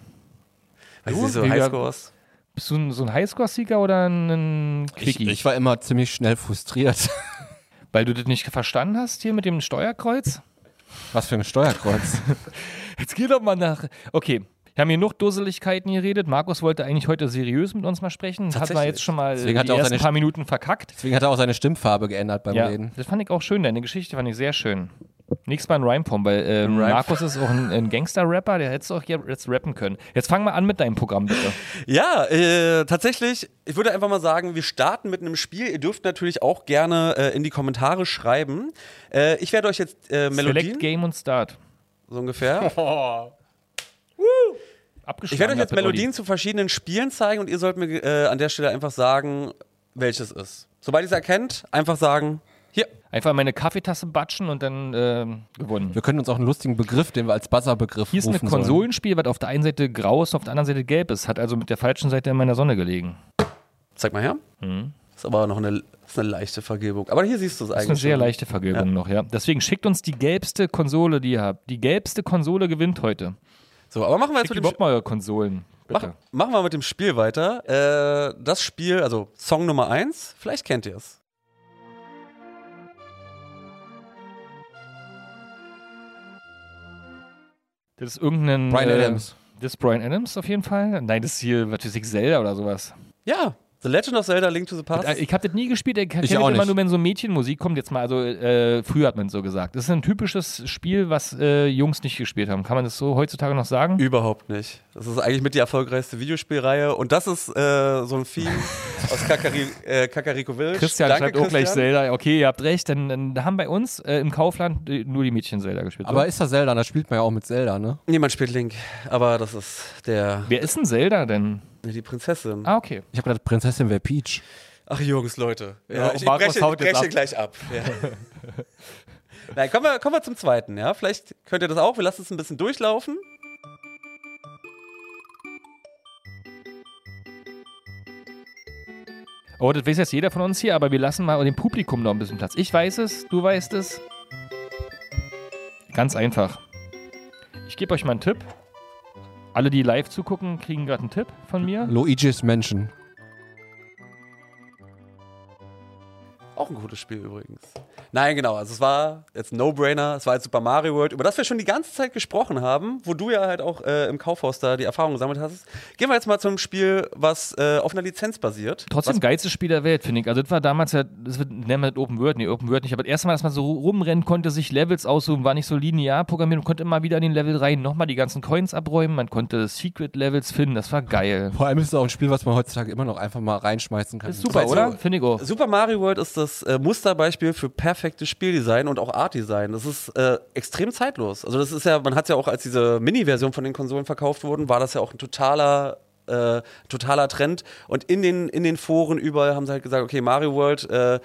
[SPEAKER 3] Weil
[SPEAKER 2] Du?
[SPEAKER 3] sie so
[SPEAKER 2] Wie wir-
[SPEAKER 3] Highscores.
[SPEAKER 2] Bist du ein, so ein Highscore-Seeker oder ein
[SPEAKER 1] ich,
[SPEAKER 2] Quickie?
[SPEAKER 1] ich war immer ziemlich schnell frustriert.
[SPEAKER 2] Weil du das nicht verstanden hast hier mit dem Steuerkreuz?
[SPEAKER 1] *laughs* Was für ein Steuerkreuz.
[SPEAKER 2] *laughs* Jetzt geh doch mal nach. Okay. Wir haben hier noch Dusseligkeiten geredet. Markus wollte eigentlich heute seriös mit uns mal sprechen. Hat man
[SPEAKER 3] Tatsächlich.
[SPEAKER 2] jetzt schon mal
[SPEAKER 1] Deswegen
[SPEAKER 2] die
[SPEAKER 1] hat er auch
[SPEAKER 2] ersten
[SPEAKER 1] seine
[SPEAKER 2] paar Minuten verkackt.
[SPEAKER 1] Deswegen hat er auch seine Stimmfarbe geändert beim
[SPEAKER 2] Ja,
[SPEAKER 1] Reden.
[SPEAKER 2] das fand ich auch schön. Deine Geschichte fand ich sehr schön. Nächstes Mal ein Rhyme-Pom, weil äh,
[SPEAKER 3] Rhyme.
[SPEAKER 2] Markus ist auch ein, ein Gangster-Rapper, der hätte es auch jetzt rappen können. Jetzt fang mal an mit deinem Programm, bitte.
[SPEAKER 3] Ja, äh, tatsächlich, ich würde einfach mal sagen, wir starten mit einem Spiel. Ihr dürft natürlich auch gerne äh, in die Kommentare schreiben. Äh, ich werde euch jetzt äh,
[SPEAKER 2] Select
[SPEAKER 3] Melodien,
[SPEAKER 2] Game und Start.
[SPEAKER 3] so ungefähr.
[SPEAKER 2] *laughs* Abgeschlossen.
[SPEAKER 3] Ich werde euch jetzt Melodien zu verschiedenen Spielen zeigen und ihr sollt mir äh, an der Stelle einfach sagen, welches ist. Sobald ihr es erkennt, einfach sagen, hier.
[SPEAKER 2] Einfach meine Kaffeetasse batschen und dann ähm, gewonnen.
[SPEAKER 1] Wir können uns auch einen lustigen Begriff, den wir als Buzzer-Begriff
[SPEAKER 2] Hier ist ein
[SPEAKER 1] rufen sollen.
[SPEAKER 2] Konsolenspiel, was auf der einen Seite grau ist und auf der anderen Seite gelb ist. Hat also mit der falschen Seite in meiner Sonne gelegen.
[SPEAKER 3] Zeig mal her. Ist aber noch eine, ist eine leichte Vergebung. Aber hier siehst du es
[SPEAKER 2] Das
[SPEAKER 3] eigentlich.
[SPEAKER 2] Mhm. ist eine sehr
[SPEAKER 3] schon.
[SPEAKER 2] leichte Vergilbung noch, ja. Deswegen schickt uns die gelbste Konsole, die ihr habt. Die gelbste Konsole gewinnt heute.
[SPEAKER 3] So, aber machen wir jetzt
[SPEAKER 2] Schickt
[SPEAKER 3] mit dem
[SPEAKER 2] überhaupt mal eure Konsolen.
[SPEAKER 3] Mach,
[SPEAKER 2] Bitte.
[SPEAKER 3] machen wir mit dem Spiel weiter. Äh, das Spiel, also Song Nummer 1, vielleicht kennt ihr es.
[SPEAKER 2] Das ist irgendein.
[SPEAKER 1] Brian
[SPEAKER 2] äh,
[SPEAKER 1] Adams.
[SPEAKER 2] Das ist Brian Adams auf jeden Fall. Nein, das ist hier, was weiß ich, Zelda oder sowas.
[SPEAKER 3] Ja, The Legend of Zelda Link to the Past.
[SPEAKER 2] Äh, Ich habe das nie gespielt. Ich kenne
[SPEAKER 1] auch
[SPEAKER 2] das immer
[SPEAKER 1] nicht.
[SPEAKER 2] nur, wenn so Mädchenmusik kommt. Jetzt mal, also äh, früher hat man so gesagt. Das ist ein typisches Spiel, was äh, Jungs nicht gespielt haben. Kann man das so heutzutage noch sagen?
[SPEAKER 3] Überhaupt nicht. Das ist eigentlich mit die erfolgreichste Videospielreihe und das ist äh, so
[SPEAKER 2] *laughs*
[SPEAKER 3] ein Theme aus Kakari, äh, Kakariko Village.
[SPEAKER 2] Christian
[SPEAKER 3] Danke,
[SPEAKER 2] schreibt auch gleich
[SPEAKER 3] Christian.
[SPEAKER 2] Zelda. Okay, ihr habt recht. Dann, dann haben bei uns äh, im Kaufland äh, nur die Mädchen Zelda gespielt.
[SPEAKER 1] Aber ist das Zelda? Da spielt man ja auch mit Zelda, ne?
[SPEAKER 3] Niemand spielt Link, aber das ist der
[SPEAKER 2] Wer ist denn Zelda denn?
[SPEAKER 3] die Prinzessin.
[SPEAKER 2] Ah, okay.
[SPEAKER 1] Ich habe gedacht, Prinzessin wäre Peach.
[SPEAKER 3] Ach Jungs, Leute.
[SPEAKER 2] Ja,
[SPEAKER 3] Ja, ich ich
[SPEAKER 2] Markus
[SPEAKER 3] breche,
[SPEAKER 2] haut
[SPEAKER 3] ich
[SPEAKER 2] jetzt
[SPEAKER 3] breche
[SPEAKER 2] ab. *laughs*
[SPEAKER 3] gleich ab. Ja. Nein, kommen wir, kommen wir zum zweiten, ja. Vielleicht könnt ihr das auch, wir lassen es ein bisschen durchlaufen.
[SPEAKER 2] Oh, das weiß jetzt jeder von uns hier, aber wir lassen mal dem Publikum noch ein bisschen Platz. Ich weiß es, du weißt es. Ganz einfach. Ich gebe euch mal einen Tipp. Alle, die live zugucken, kriegen gerade einen Tipp von mir.
[SPEAKER 1] Luigi's Mansion.
[SPEAKER 3] Auch ein gutes Spiel übrigens. Nein, genau. Also es war jetzt ein No-Brainer. Es war jetzt Super Mario World, über das wir schon die ganze Zeit gesprochen haben, wo du ja halt auch äh, im Kaufhaus da die Erfahrung gesammelt hast. Gehen wir jetzt mal zum Spiel, was äh, auf einer Lizenz basiert.
[SPEAKER 2] Trotzdem geilstes Spiel der Welt, finde ich. Also das war damals ja, das wird, nennen wir das Open World, nee, Open World nicht, aber das erste Mal, dass man so rumrennen konnte, sich Levels aussuchen, war nicht so linear programmiert und konnte immer wieder in den Level rein, nochmal die ganzen Coins abräumen, man konnte Secret-Levels finden, das war geil.
[SPEAKER 1] Vor allem ist es auch ein Spiel, was man heutzutage immer noch einfach mal reinschmeißen kann.
[SPEAKER 2] Ist super,
[SPEAKER 3] Also,
[SPEAKER 2] oder? Finde ich auch.
[SPEAKER 3] Super Mario World ist das äh, Musterbeispiel für perfektes Spieldesign und auch Artdesign. Das ist äh, extrem zeitlos. Also das ist ja, man hat ja auch als diese Mini-Version von den Konsolen verkauft wurden, war das ja auch ein totaler äh, totaler Trend. Und in den, in den Foren überall haben sie halt gesagt, okay, Mario World, äh,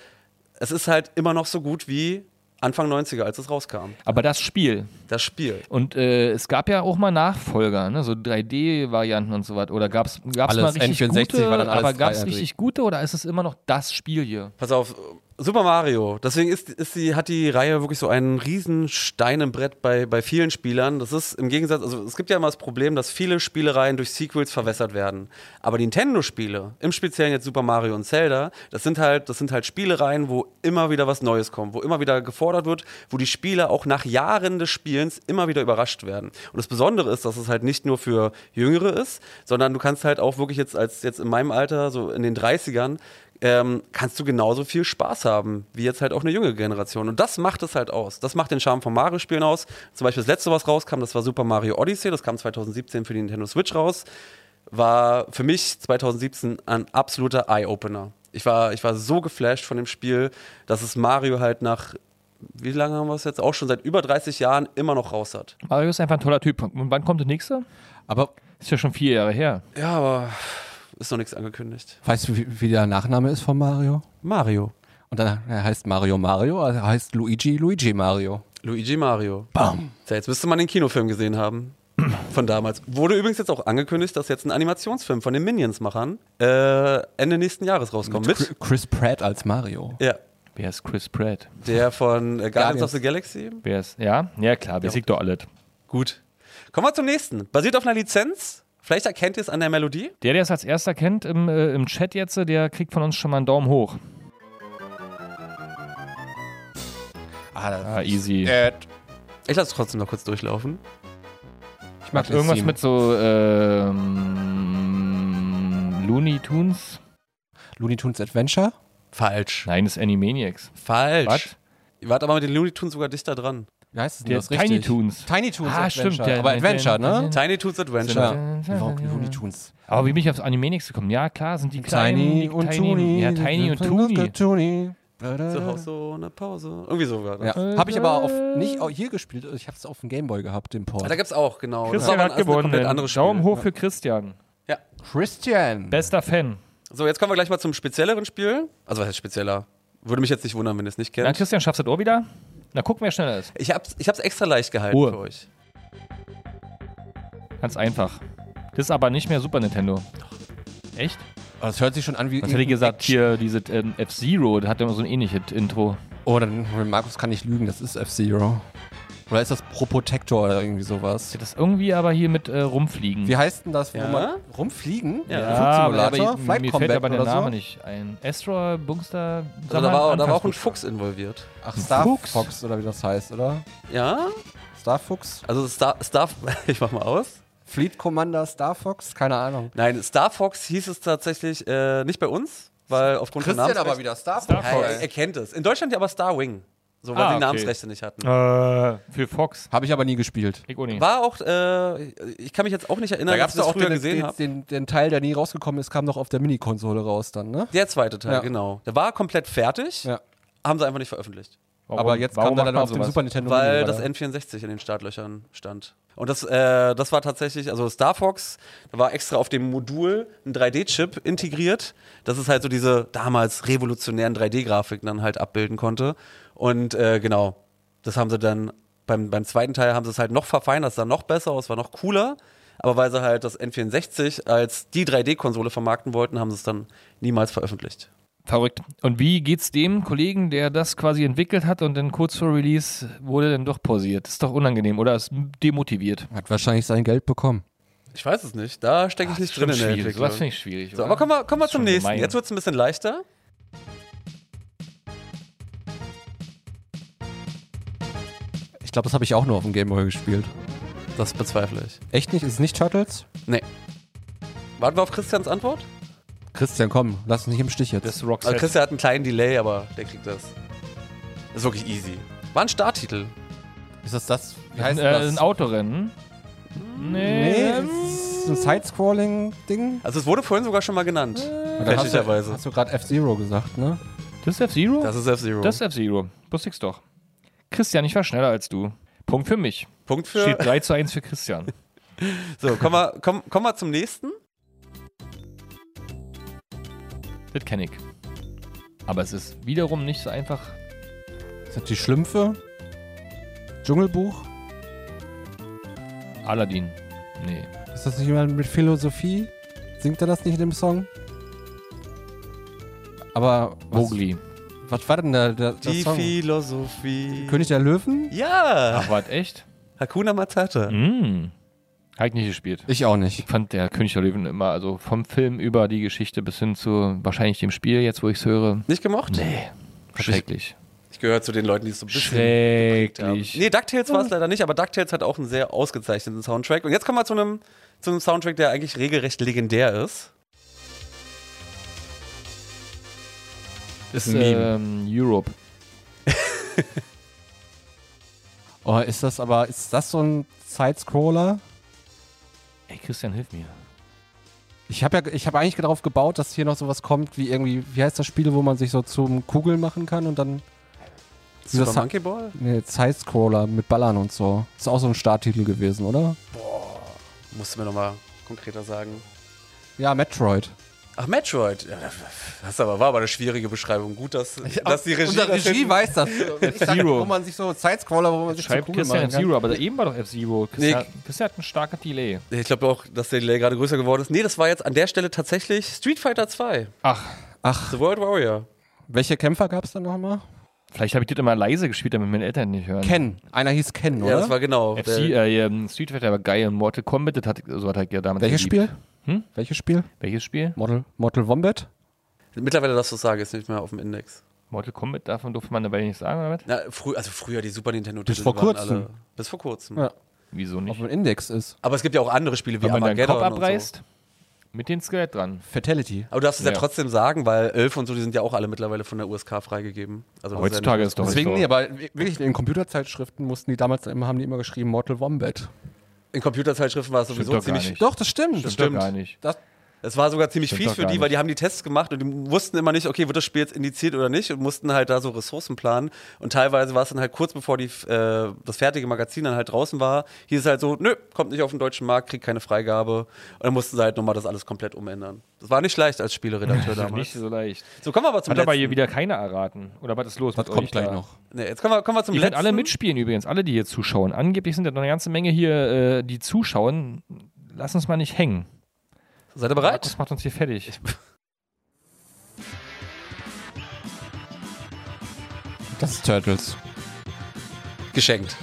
[SPEAKER 3] es ist halt immer noch so gut wie Anfang 90er, als es rauskam.
[SPEAKER 2] Aber das Spiel.
[SPEAKER 3] Das Spiel.
[SPEAKER 2] Und äh, es gab ja auch mal Nachfolger, ne? so 3D-Varianten und so was. Oder gab es mal
[SPEAKER 1] Alles
[SPEAKER 2] richtig
[SPEAKER 1] N64
[SPEAKER 2] gute,
[SPEAKER 1] war dann alles
[SPEAKER 2] aber gab es
[SPEAKER 1] 3D.
[SPEAKER 2] richtig gute oder ist es immer noch das Spiel hier?
[SPEAKER 3] Pass auf, Super Mario. Deswegen ist, ist die, hat die Reihe wirklich so einen riesen Stein im Brett bei, bei vielen Spielern. Das ist im Gegensatz, also es gibt ja immer das Problem, dass viele Spielereien durch Sequels verwässert werden. Aber die Nintendo-Spiele, im Speziellen jetzt Super Mario und Zelda, das sind halt, das sind halt Spielereien, wo immer wieder was Neues kommt, wo immer wieder gefordert wird, wo die Spieler auch nach Jahren des Spielens immer wieder überrascht werden. Und das Besondere ist, dass es halt nicht nur für Jüngere ist, sondern du kannst halt auch wirklich jetzt als jetzt in meinem Alter, so in den 30ern, ähm, kannst du genauso viel Spaß haben, wie jetzt halt auch eine junge Generation. Und das macht es halt aus. Das macht den Charme von Mario-Spielen aus. Zum Beispiel das letzte, was rauskam, das war Super Mario Odyssey. Das kam 2017 für die Nintendo Switch raus. War für mich 2017 ein absoluter Eye-Opener. Ich war, ich war so geflasht von dem Spiel, dass es Mario halt nach wie lange haben wir es jetzt auch schon seit über 30 Jahren immer noch raus hat.
[SPEAKER 2] Mario ist einfach ein toller Typ. Und wann kommt der nächste?
[SPEAKER 1] Aber
[SPEAKER 2] Ist ja schon vier Jahre her.
[SPEAKER 3] Ja, aber ist noch nichts angekündigt.
[SPEAKER 1] weißt du, wie, wie der Nachname ist von Mario?
[SPEAKER 3] Mario.
[SPEAKER 1] Und dann er heißt Mario Mario, also er heißt Luigi Luigi Mario.
[SPEAKER 3] Luigi Mario.
[SPEAKER 2] Ah.
[SPEAKER 1] Bam.
[SPEAKER 3] Tja, jetzt müsste man den Kinofilm gesehen haben. Von damals. Wurde übrigens jetzt auch angekündigt, dass jetzt ein Animationsfilm von den Minions-Machern äh, Ende nächsten Jahres rauskommt. Mit?
[SPEAKER 1] Chri- Chris Pratt als Mario.
[SPEAKER 3] Ja.
[SPEAKER 2] Wer ist Chris Pratt?
[SPEAKER 3] Der von äh, Guardians,
[SPEAKER 1] Guardians.
[SPEAKER 3] of the Galaxy.
[SPEAKER 2] Wer ist. Ja, ja klar, wir siegt doch alles.
[SPEAKER 3] Gut. Kommen wir zum nächsten. Basiert auf einer Lizenz. Vielleicht erkennt ihr es an der Melodie.
[SPEAKER 2] Der, der es als erster kennt im, äh, im Chat jetzt, der kriegt von uns schon mal einen Daumen hoch.
[SPEAKER 1] Ah, das
[SPEAKER 2] Ah, easy.
[SPEAKER 3] Ich lasse es trotzdem noch kurz durchlaufen.
[SPEAKER 1] ich
[SPEAKER 2] Macht irgendwas mit so ähm, Looney Tunes?
[SPEAKER 1] Looney Tunes Adventure.
[SPEAKER 3] Falsch.
[SPEAKER 2] Nein, das ist Animaniacs.
[SPEAKER 3] Falsch.
[SPEAKER 2] Was?
[SPEAKER 3] Ihr wart aber mit den Looney Tunes sogar dichter dran.
[SPEAKER 1] Wie heißt es denn
[SPEAKER 2] Der
[SPEAKER 1] das
[SPEAKER 2] Tiny
[SPEAKER 1] richtig?
[SPEAKER 2] Toons.
[SPEAKER 1] Tiny Toons
[SPEAKER 2] Ah,
[SPEAKER 1] Adventure.
[SPEAKER 2] stimmt, der-
[SPEAKER 1] Aber
[SPEAKER 2] der-
[SPEAKER 1] Adventure,
[SPEAKER 2] der-
[SPEAKER 1] ne?
[SPEAKER 3] Tiny Toons Adventure.
[SPEAKER 1] Ja.
[SPEAKER 2] der-
[SPEAKER 1] Warum Looney Tunes?
[SPEAKER 2] Aber wie bin ich aufs Animaniacs gekommen? Ja, klar, sind die kleinen. die
[SPEAKER 1] Tiny und
[SPEAKER 2] kleinen-
[SPEAKER 1] Toony.
[SPEAKER 2] Ja, Tiny und Toony.
[SPEAKER 1] Toony.
[SPEAKER 3] Zu Hause so eine Pause. Irgendwie so war das.
[SPEAKER 1] Ja. Habe ich aber auf, nicht au- hier gespielt, ich habe es auf dem Gameboy gehabt, den
[SPEAKER 3] Da
[SPEAKER 1] Port.
[SPEAKER 3] gibt's auch, genau.
[SPEAKER 2] Christian
[SPEAKER 3] aber
[SPEAKER 2] hat
[SPEAKER 3] ein- ist eine
[SPEAKER 2] gewonnen.
[SPEAKER 3] komplett anderes Spiel.
[SPEAKER 2] Daumen hoch für Christian.
[SPEAKER 1] Christian!
[SPEAKER 2] Bester Fan.
[SPEAKER 3] So, jetzt kommen wir gleich mal zum spezielleren Spiel. Also, was heißt spezieller? Würde mich jetzt nicht wundern, wenn ihr es nicht
[SPEAKER 2] Na,
[SPEAKER 3] kennt.
[SPEAKER 2] Christian, schaffst du das auch wieder? Na, gucken, wer schneller ist.
[SPEAKER 3] Ich hab's, ich hab's extra leicht gehalten
[SPEAKER 2] Ruhe.
[SPEAKER 3] für euch.
[SPEAKER 2] Ganz einfach. Das ist aber nicht mehr Super Nintendo. Echt?
[SPEAKER 1] Oh, Das hört sich schon an wie.
[SPEAKER 2] Was hätte ich gesagt? Hier, diese ähm, F-Zero, das hat immer so ein ähnliches Intro.
[SPEAKER 1] Oh, dann, Markus kann nicht lügen, das ist F-Zero. Oder ist das Propotector oder irgendwie sowas?
[SPEAKER 2] Das ist irgendwie aber hier mit äh, rumfliegen.
[SPEAKER 1] Wie heißt denn das, wo
[SPEAKER 3] Ja?
[SPEAKER 1] man rumfliegen?
[SPEAKER 3] Ja,
[SPEAKER 1] Flugsimulator,
[SPEAKER 2] aber ich-
[SPEAKER 1] Flight
[SPEAKER 2] mir
[SPEAKER 1] Combat
[SPEAKER 2] fällt aber der
[SPEAKER 1] oder
[SPEAKER 2] Name
[SPEAKER 1] so.
[SPEAKER 2] nicht ein. Astra, Bungster,
[SPEAKER 3] Also, da, war, da war auch ein Fuchs involviert.
[SPEAKER 1] Ach, Star
[SPEAKER 2] Fuchs?
[SPEAKER 1] Fox oder wie das heißt, oder?
[SPEAKER 3] Ja?
[SPEAKER 1] Star Fox?
[SPEAKER 3] Also, Star, Star *laughs* ich mach mal aus.
[SPEAKER 1] Fleet Commander Star Fox? Keine Ahnung.
[SPEAKER 3] Nein, Star Fox hieß es tatsächlich äh, nicht bei uns, weil aufgrund von Namensrechten.
[SPEAKER 1] wieder Star
[SPEAKER 2] Star
[SPEAKER 3] Ja, er, er kennt es. In Deutschland ja aber Star Wing. So, weil
[SPEAKER 2] Ah,
[SPEAKER 3] die
[SPEAKER 2] okay.
[SPEAKER 3] Namensrechte nicht hatten.
[SPEAKER 2] Äh, für Fox.
[SPEAKER 1] Habe ich aber nie gespielt.
[SPEAKER 2] Ich auch nicht.
[SPEAKER 3] War auch, äh, ich kann mich jetzt auch nicht erinnern,
[SPEAKER 1] Da gab es
[SPEAKER 3] dass ich
[SPEAKER 1] doch
[SPEAKER 3] das
[SPEAKER 1] auch
[SPEAKER 3] früher
[SPEAKER 1] den,
[SPEAKER 3] gesehen
[SPEAKER 1] den,
[SPEAKER 3] habe.
[SPEAKER 1] den, den Teil, der nie rausgekommen ist, kam doch auf der Minikonsole raus dann, ne?
[SPEAKER 3] Der zweite Teil,
[SPEAKER 1] Ja.
[SPEAKER 3] genau. Der war komplett fertig,
[SPEAKER 1] Ja.
[SPEAKER 3] haben sie einfach nicht veröffentlicht.
[SPEAKER 2] Warum-
[SPEAKER 1] aber jetzt
[SPEAKER 2] warum
[SPEAKER 1] kam der
[SPEAKER 2] macht
[SPEAKER 1] dann
[SPEAKER 2] man
[SPEAKER 1] auf dem
[SPEAKER 2] sowas?
[SPEAKER 1] Super Nintendo.
[SPEAKER 3] Weil
[SPEAKER 1] Mini
[SPEAKER 3] das
[SPEAKER 1] weiter.
[SPEAKER 3] N64 in den Startlöchern stand. Und das, äh, das war tatsächlich, also Star Fox, da war extra auf dem Modul ein 3D-Chip integriert. Das ist halt so diese damals revolutionären 3D-Grafiken dann halt abbilden konnte. Und äh, genau, das haben sie dann beim, beim zweiten Teil haben sie es halt noch verfeinert, es sah noch besser aus, war noch cooler. Aber weil sie halt das N64 als die 3D-Konsole vermarkten wollten, haben sie es dann niemals veröffentlicht.
[SPEAKER 2] Verrückt. Und wie geht's dem Kollegen, der das quasi entwickelt hat und dann kurz vor Release wurde dann doch pausiert? Ist doch unangenehm oder ist demotiviert.
[SPEAKER 1] Hat wahrscheinlich sein Geld bekommen.
[SPEAKER 3] Ich weiß es nicht, da stecke ich nicht drin in der
[SPEAKER 2] schwierig.
[SPEAKER 3] Entwicklung.
[SPEAKER 2] Sowas finde ich schwierig.
[SPEAKER 3] So,
[SPEAKER 2] oder?
[SPEAKER 3] aber kommen wir, kommen wir
[SPEAKER 2] Ist
[SPEAKER 3] zum
[SPEAKER 2] schon
[SPEAKER 3] nächsten.
[SPEAKER 2] gemein.
[SPEAKER 3] Jetzt wird es ein bisschen leichter.
[SPEAKER 1] Ich glaube, das habe ich auch nur auf dem Gameboy gespielt.
[SPEAKER 3] Das bezweifle ich.
[SPEAKER 1] Echt nicht? Ist es nicht Turtles?
[SPEAKER 3] Warten wir auf Christians Antwort?
[SPEAKER 1] Christian, komm, lass uns nicht im Stich jetzt.
[SPEAKER 2] das
[SPEAKER 3] Also
[SPEAKER 2] Rockset.
[SPEAKER 3] Christian hat einen kleinen Delay, aber der kriegt das. Ist wirklich easy. War ein Starttitel.
[SPEAKER 1] ist das das? Wie
[SPEAKER 2] Ein,
[SPEAKER 1] heißt
[SPEAKER 2] äh,
[SPEAKER 1] das?
[SPEAKER 2] ein Autorennen?
[SPEAKER 1] nee,
[SPEAKER 2] Nee.
[SPEAKER 1] das ist ein Sidescrolling-Ding.
[SPEAKER 3] Also es wurde vorhin sogar schon mal genannt.
[SPEAKER 1] Hast,
[SPEAKER 2] Äh,
[SPEAKER 3] Fälschlicherweise.
[SPEAKER 1] du- hast du gerade F-Zero gesagt, ne?
[SPEAKER 2] ähm, Das ist F-Zero?
[SPEAKER 3] Das ist F-Zero.
[SPEAKER 2] Das ist F-Zero. Wusste ich's doch. Christian, ich war schneller als du. Punkt für mich.
[SPEAKER 3] Punkt für.
[SPEAKER 2] Steht 3 zu 1 für Christian.
[SPEAKER 3] *laughs* So, kommen wir, komm, kommen wir zum nächsten.
[SPEAKER 2] Das kenne ich. Aber es ist wiederum nicht so einfach.
[SPEAKER 1] Sind die Schlümpfe? Dschungelbuch?
[SPEAKER 2] Aladdin. Nee.
[SPEAKER 1] Ist das nicht jemand mit Philosophie? Singt er das nicht in dem Song? Aber was,
[SPEAKER 2] Mowgli.
[SPEAKER 1] was war denn der, der, der
[SPEAKER 3] Die
[SPEAKER 1] Song?
[SPEAKER 3] Philosophie.
[SPEAKER 1] König der Löwen?
[SPEAKER 3] ja!
[SPEAKER 2] Ach, war das echt?
[SPEAKER 3] Hakuna Matata.
[SPEAKER 2] Mm. Hab ich nicht gespielt.
[SPEAKER 1] Ich auch nicht.
[SPEAKER 2] Ich fand der König der Löwen immer, also vom Film über die Geschichte bis hin zu wahrscheinlich dem Spiel, jetzt wo ich es höre.
[SPEAKER 3] Nicht gemocht?
[SPEAKER 2] Nee. Schrecklich.
[SPEAKER 3] Ich gehöre zu den Leuten, die es so ein bisschen.
[SPEAKER 2] Schrecklich.
[SPEAKER 3] Nee, DuckTales war es leider nicht, aber DuckTales hat auch einen sehr ausgezeichneten Soundtrack. Und jetzt kommen wir zu einem, zu einem Soundtrack, der eigentlich regelrecht legendär ist.
[SPEAKER 2] Das
[SPEAKER 3] ein Meme.
[SPEAKER 2] ähm, Europe.
[SPEAKER 1] Oh, ist das aber, ist das so ein Sidescroller?
[SPEAKER 2] Ey, Christian, hilf mir.
[SPEAKER 1] Ich habe ja, ich habe eigentlich darauf gebaut, dass hier noch sowas kommt, wie irgendwie, wie heißt das Spiel, wo man sich so zum Kugeln machen kann und dann Dieser
[SPEAKER 3] Super
[SPEAKER 1] Sa-
[SPEAKER 3] Monkey Ball?
[SPEAKER 1] Nee, Sidescroller mit Ballern und so. Ist auch so ein Starttitel gewesen, oder?
[SPEAKER 3] Musst du mir nochmal konkreter sagen.
[SPEAKER 1] Ja, Metroid.
[SPEAKER 3] Ach, Metroid. Ja, Das aber, war aber eine schwierige Beschreibung. Gut, dass, dass die Regie.
[SPEAKER 1] Unsere
[SPEAKER 3] das
[SPEAKER 1] Regie
[SPEAKER 3] hinten-
[SPEAKER 1] weiß
[SPEAKER 3] *laughs*
[SPEAKER 1] das. Ich sag,
[SPEAKER 2] Zero.
[SPEAKER 1] wo man sich so Sidescroller, wo man sich
[SPEAKER 2] Schreibt
[SPEAKER 1] so cool
[SPEAKER 2] Christian
[SPEAKER 1] machen kann.
[SPEAKER 2] F-Zero, aber eben war doch F-Zero. Christian, Christian hat einen starken Delay.
[SPEAKER 3] ich glaube auch, dass der Delay gerade größer geworden ist. Nee, das war jetzt an der Stelle tatsächlich Street Fighter 2.
[SPEAKER 2] Ach,
[SPEAKER 1] Ach,
[SPEAKER 3] The World Warrior.
[SPEAKER 1] welche Kämpfer gab es da nochmal?
[SPEAKER 2] vielleicht habe ich das immer leise gespielt, damit meine Eltern nicht hören.
[SPEAKER 1] Ken. Einer hieß Ken, oder?
[SPEAKER 3] Ja, das war genau.
[SPEAKER 2] FC,
[SPEAKER 3] der-
[SPEAKER 2] äh, ähm, Street Fighter war geil. Mortal Kombat, das hat, so hat er ja damals
[SPEAKER 1] Welches
[SPEAKER 2] geliebt.
[SPEAKER 1] Spiel? Hm? Welches Spiel?
[SPEAKER 2] Welches Spiel?
[SPEAKER 1] Mortal, Mortal Wombat?
[SPEAKER 3] Mittlerweile darfst du es sagen, ist nicht mehr auf dem Index.
[SPEAKER 2] Mortal Kombat, davon durfte man eine Weile nicht sagen, oder was?
[SPEAKER 3] Na, frü also früher die Super Nintendo
[SPEAKER 1] Bis vor kurzem.
[SPEAKER 3] Alle, bis vor kurzem.
[SPEAKER 1] Ja.
[SPEAKER 2] Wieso
[SPEAKER 1] Auf
[SPEAKER 2] nicht?
[SPEAKER 1] dem Index ist.
[SPEAKER 3] Aber es gibt ja auch andere Spiele wie
[SPEAKER 2] Wenn man deinen
[SPEAKER 3] Armageddon
[SPEAKER 2] Kopf
[SPEAKER 3] und so.
[SPEAKER 2] abreißt, mit dem Skelett dran.
[SPEAKER 1] Fatality.
[SPEAKER 3] Aber du darfst es ja.
[SPEAKER 2] Ja.
[SPEAKER 3] trotzdem sagen, weil 11 und so, die sind ja auch alle mittlerweile von der USK freigegeben. Also das
[SPEAKER 2] Heutzutage ist
[SPEAKER 3] ja
[SPEAKER 2] doch
[SPEAKER 3] nicht-
[SPEAKER 1] Deswegen,
[SPEAKER 2] so.
[SPEAKER 1] nee, aber wirklich in Computerzeitschriften mussten die damals immer, haben die immer geschrieben Mortal Wombat.
[SPEAKER 3] In Computerzeitschriften war es
[SPEAKER 2] Stimmt
[SPEAKER 3] sowieso
[SPEAKER 2] doch gar
[SPEAKER 3] ziemlich.
[SPEAKER 2] nicht.
[SPEAKER 1] Doch, das stimmt.
[SPEAKER 2] Stimmt doch gar nicht.
[SPEAKER 1] Das,
[SPEAKER 3] Es war sogar ziemlich
[SPEAKER 2] Stimmt
[SPEAKER 3] viel
[SPEAKER 2] doch
[SPEAKER 3] für
[SPEAKER 2] gar
[SPEAKER 3] die, weil die haben die Tests gemacht und die wussten immer nicht, okay, wird das Spiel jetzt indiziert oder nicht und mussten halt da so Ressourcen planen. Und teilweise war es dann halt kurz bevor die, äh, das fertige Magazin dann halt draußen war, hieß es halt so, nö, kommt nicht auf den deutschen Markt, kriegt keine Freigabe. Und dann mussten sie halt nochmal das alles komplett umändern. Das war nicht leicht als Spieleredakteur
[SPEAKER 2] Ist *laughs* Nicht
[SPEAKER 3] damals.
[SPEAKER 2] so leicht.
[SPEAKER 3] So, kommen wir aber zum
[SPEAKER 2] Hat aber hier
[SPEAKER 3] letzten.
[SPEAKER 2] wieder keiner erraten. Oder was ist los
[SPEAKER 1] das
[SPEAKER 2] mit euch
[SPEAKER 1] kommt gleich
[SPEAKER 2] da?
[SPEAKER 1] noch.
[SPEAKER 3] Nee, jetzt kommen wir, kommen wir zum
[SPEAKER 2] Ihr könnt
[SPEAKER 3] letzten.
[SPEAKER 2] alle mitspielen übrigens, alle, die hier zuschauen. Angeblich sind ja noch eine ganze Menge hier, äh, die zuschauen. Lass uns mal nicht hängen.
[SPEAKER 3] Seid ihr bereit?
[SPEAKER 2] Das macht uns hier fertig.
[SPEAKER 1] Das ist Turtles.
[SPEAKER 3] Geschenkt.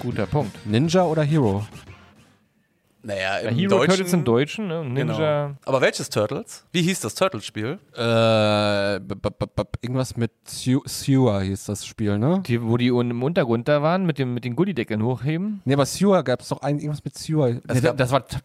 [SPEAKER 2] Guter Punkt.
[SPEAKER 1] Ninja oder Hero?
[SPEAKER 3] Naja, im
[SPEAKER 2] Ja, Hero
[SPEAKER 3] Deutschen.
[SPEAKER 2] Turtles im Deutschen, ne? Und
[SPEAKER 3] Genau.
[SPEAKER 2] Ninja.
[SPEAKER 3] Aber welches Turtles? Wie hieß das Turtles-Spiel?
[SPEAKER 1] Äh, b- b- b- b- irgendwas mit Su- Sewer hieß das Spiel, ne?
[SPEAKER 2] Die, wo die un- im Untergrund da waren, mit, dem, mit den Gullideckeln hochheben.
[SPEAKER 1] Nee, aber Sewer gab es doch ein, irgendwas mit Sewer. Nee,
[SPEAKER 3] gab-
[SPEAKER 1] das war T-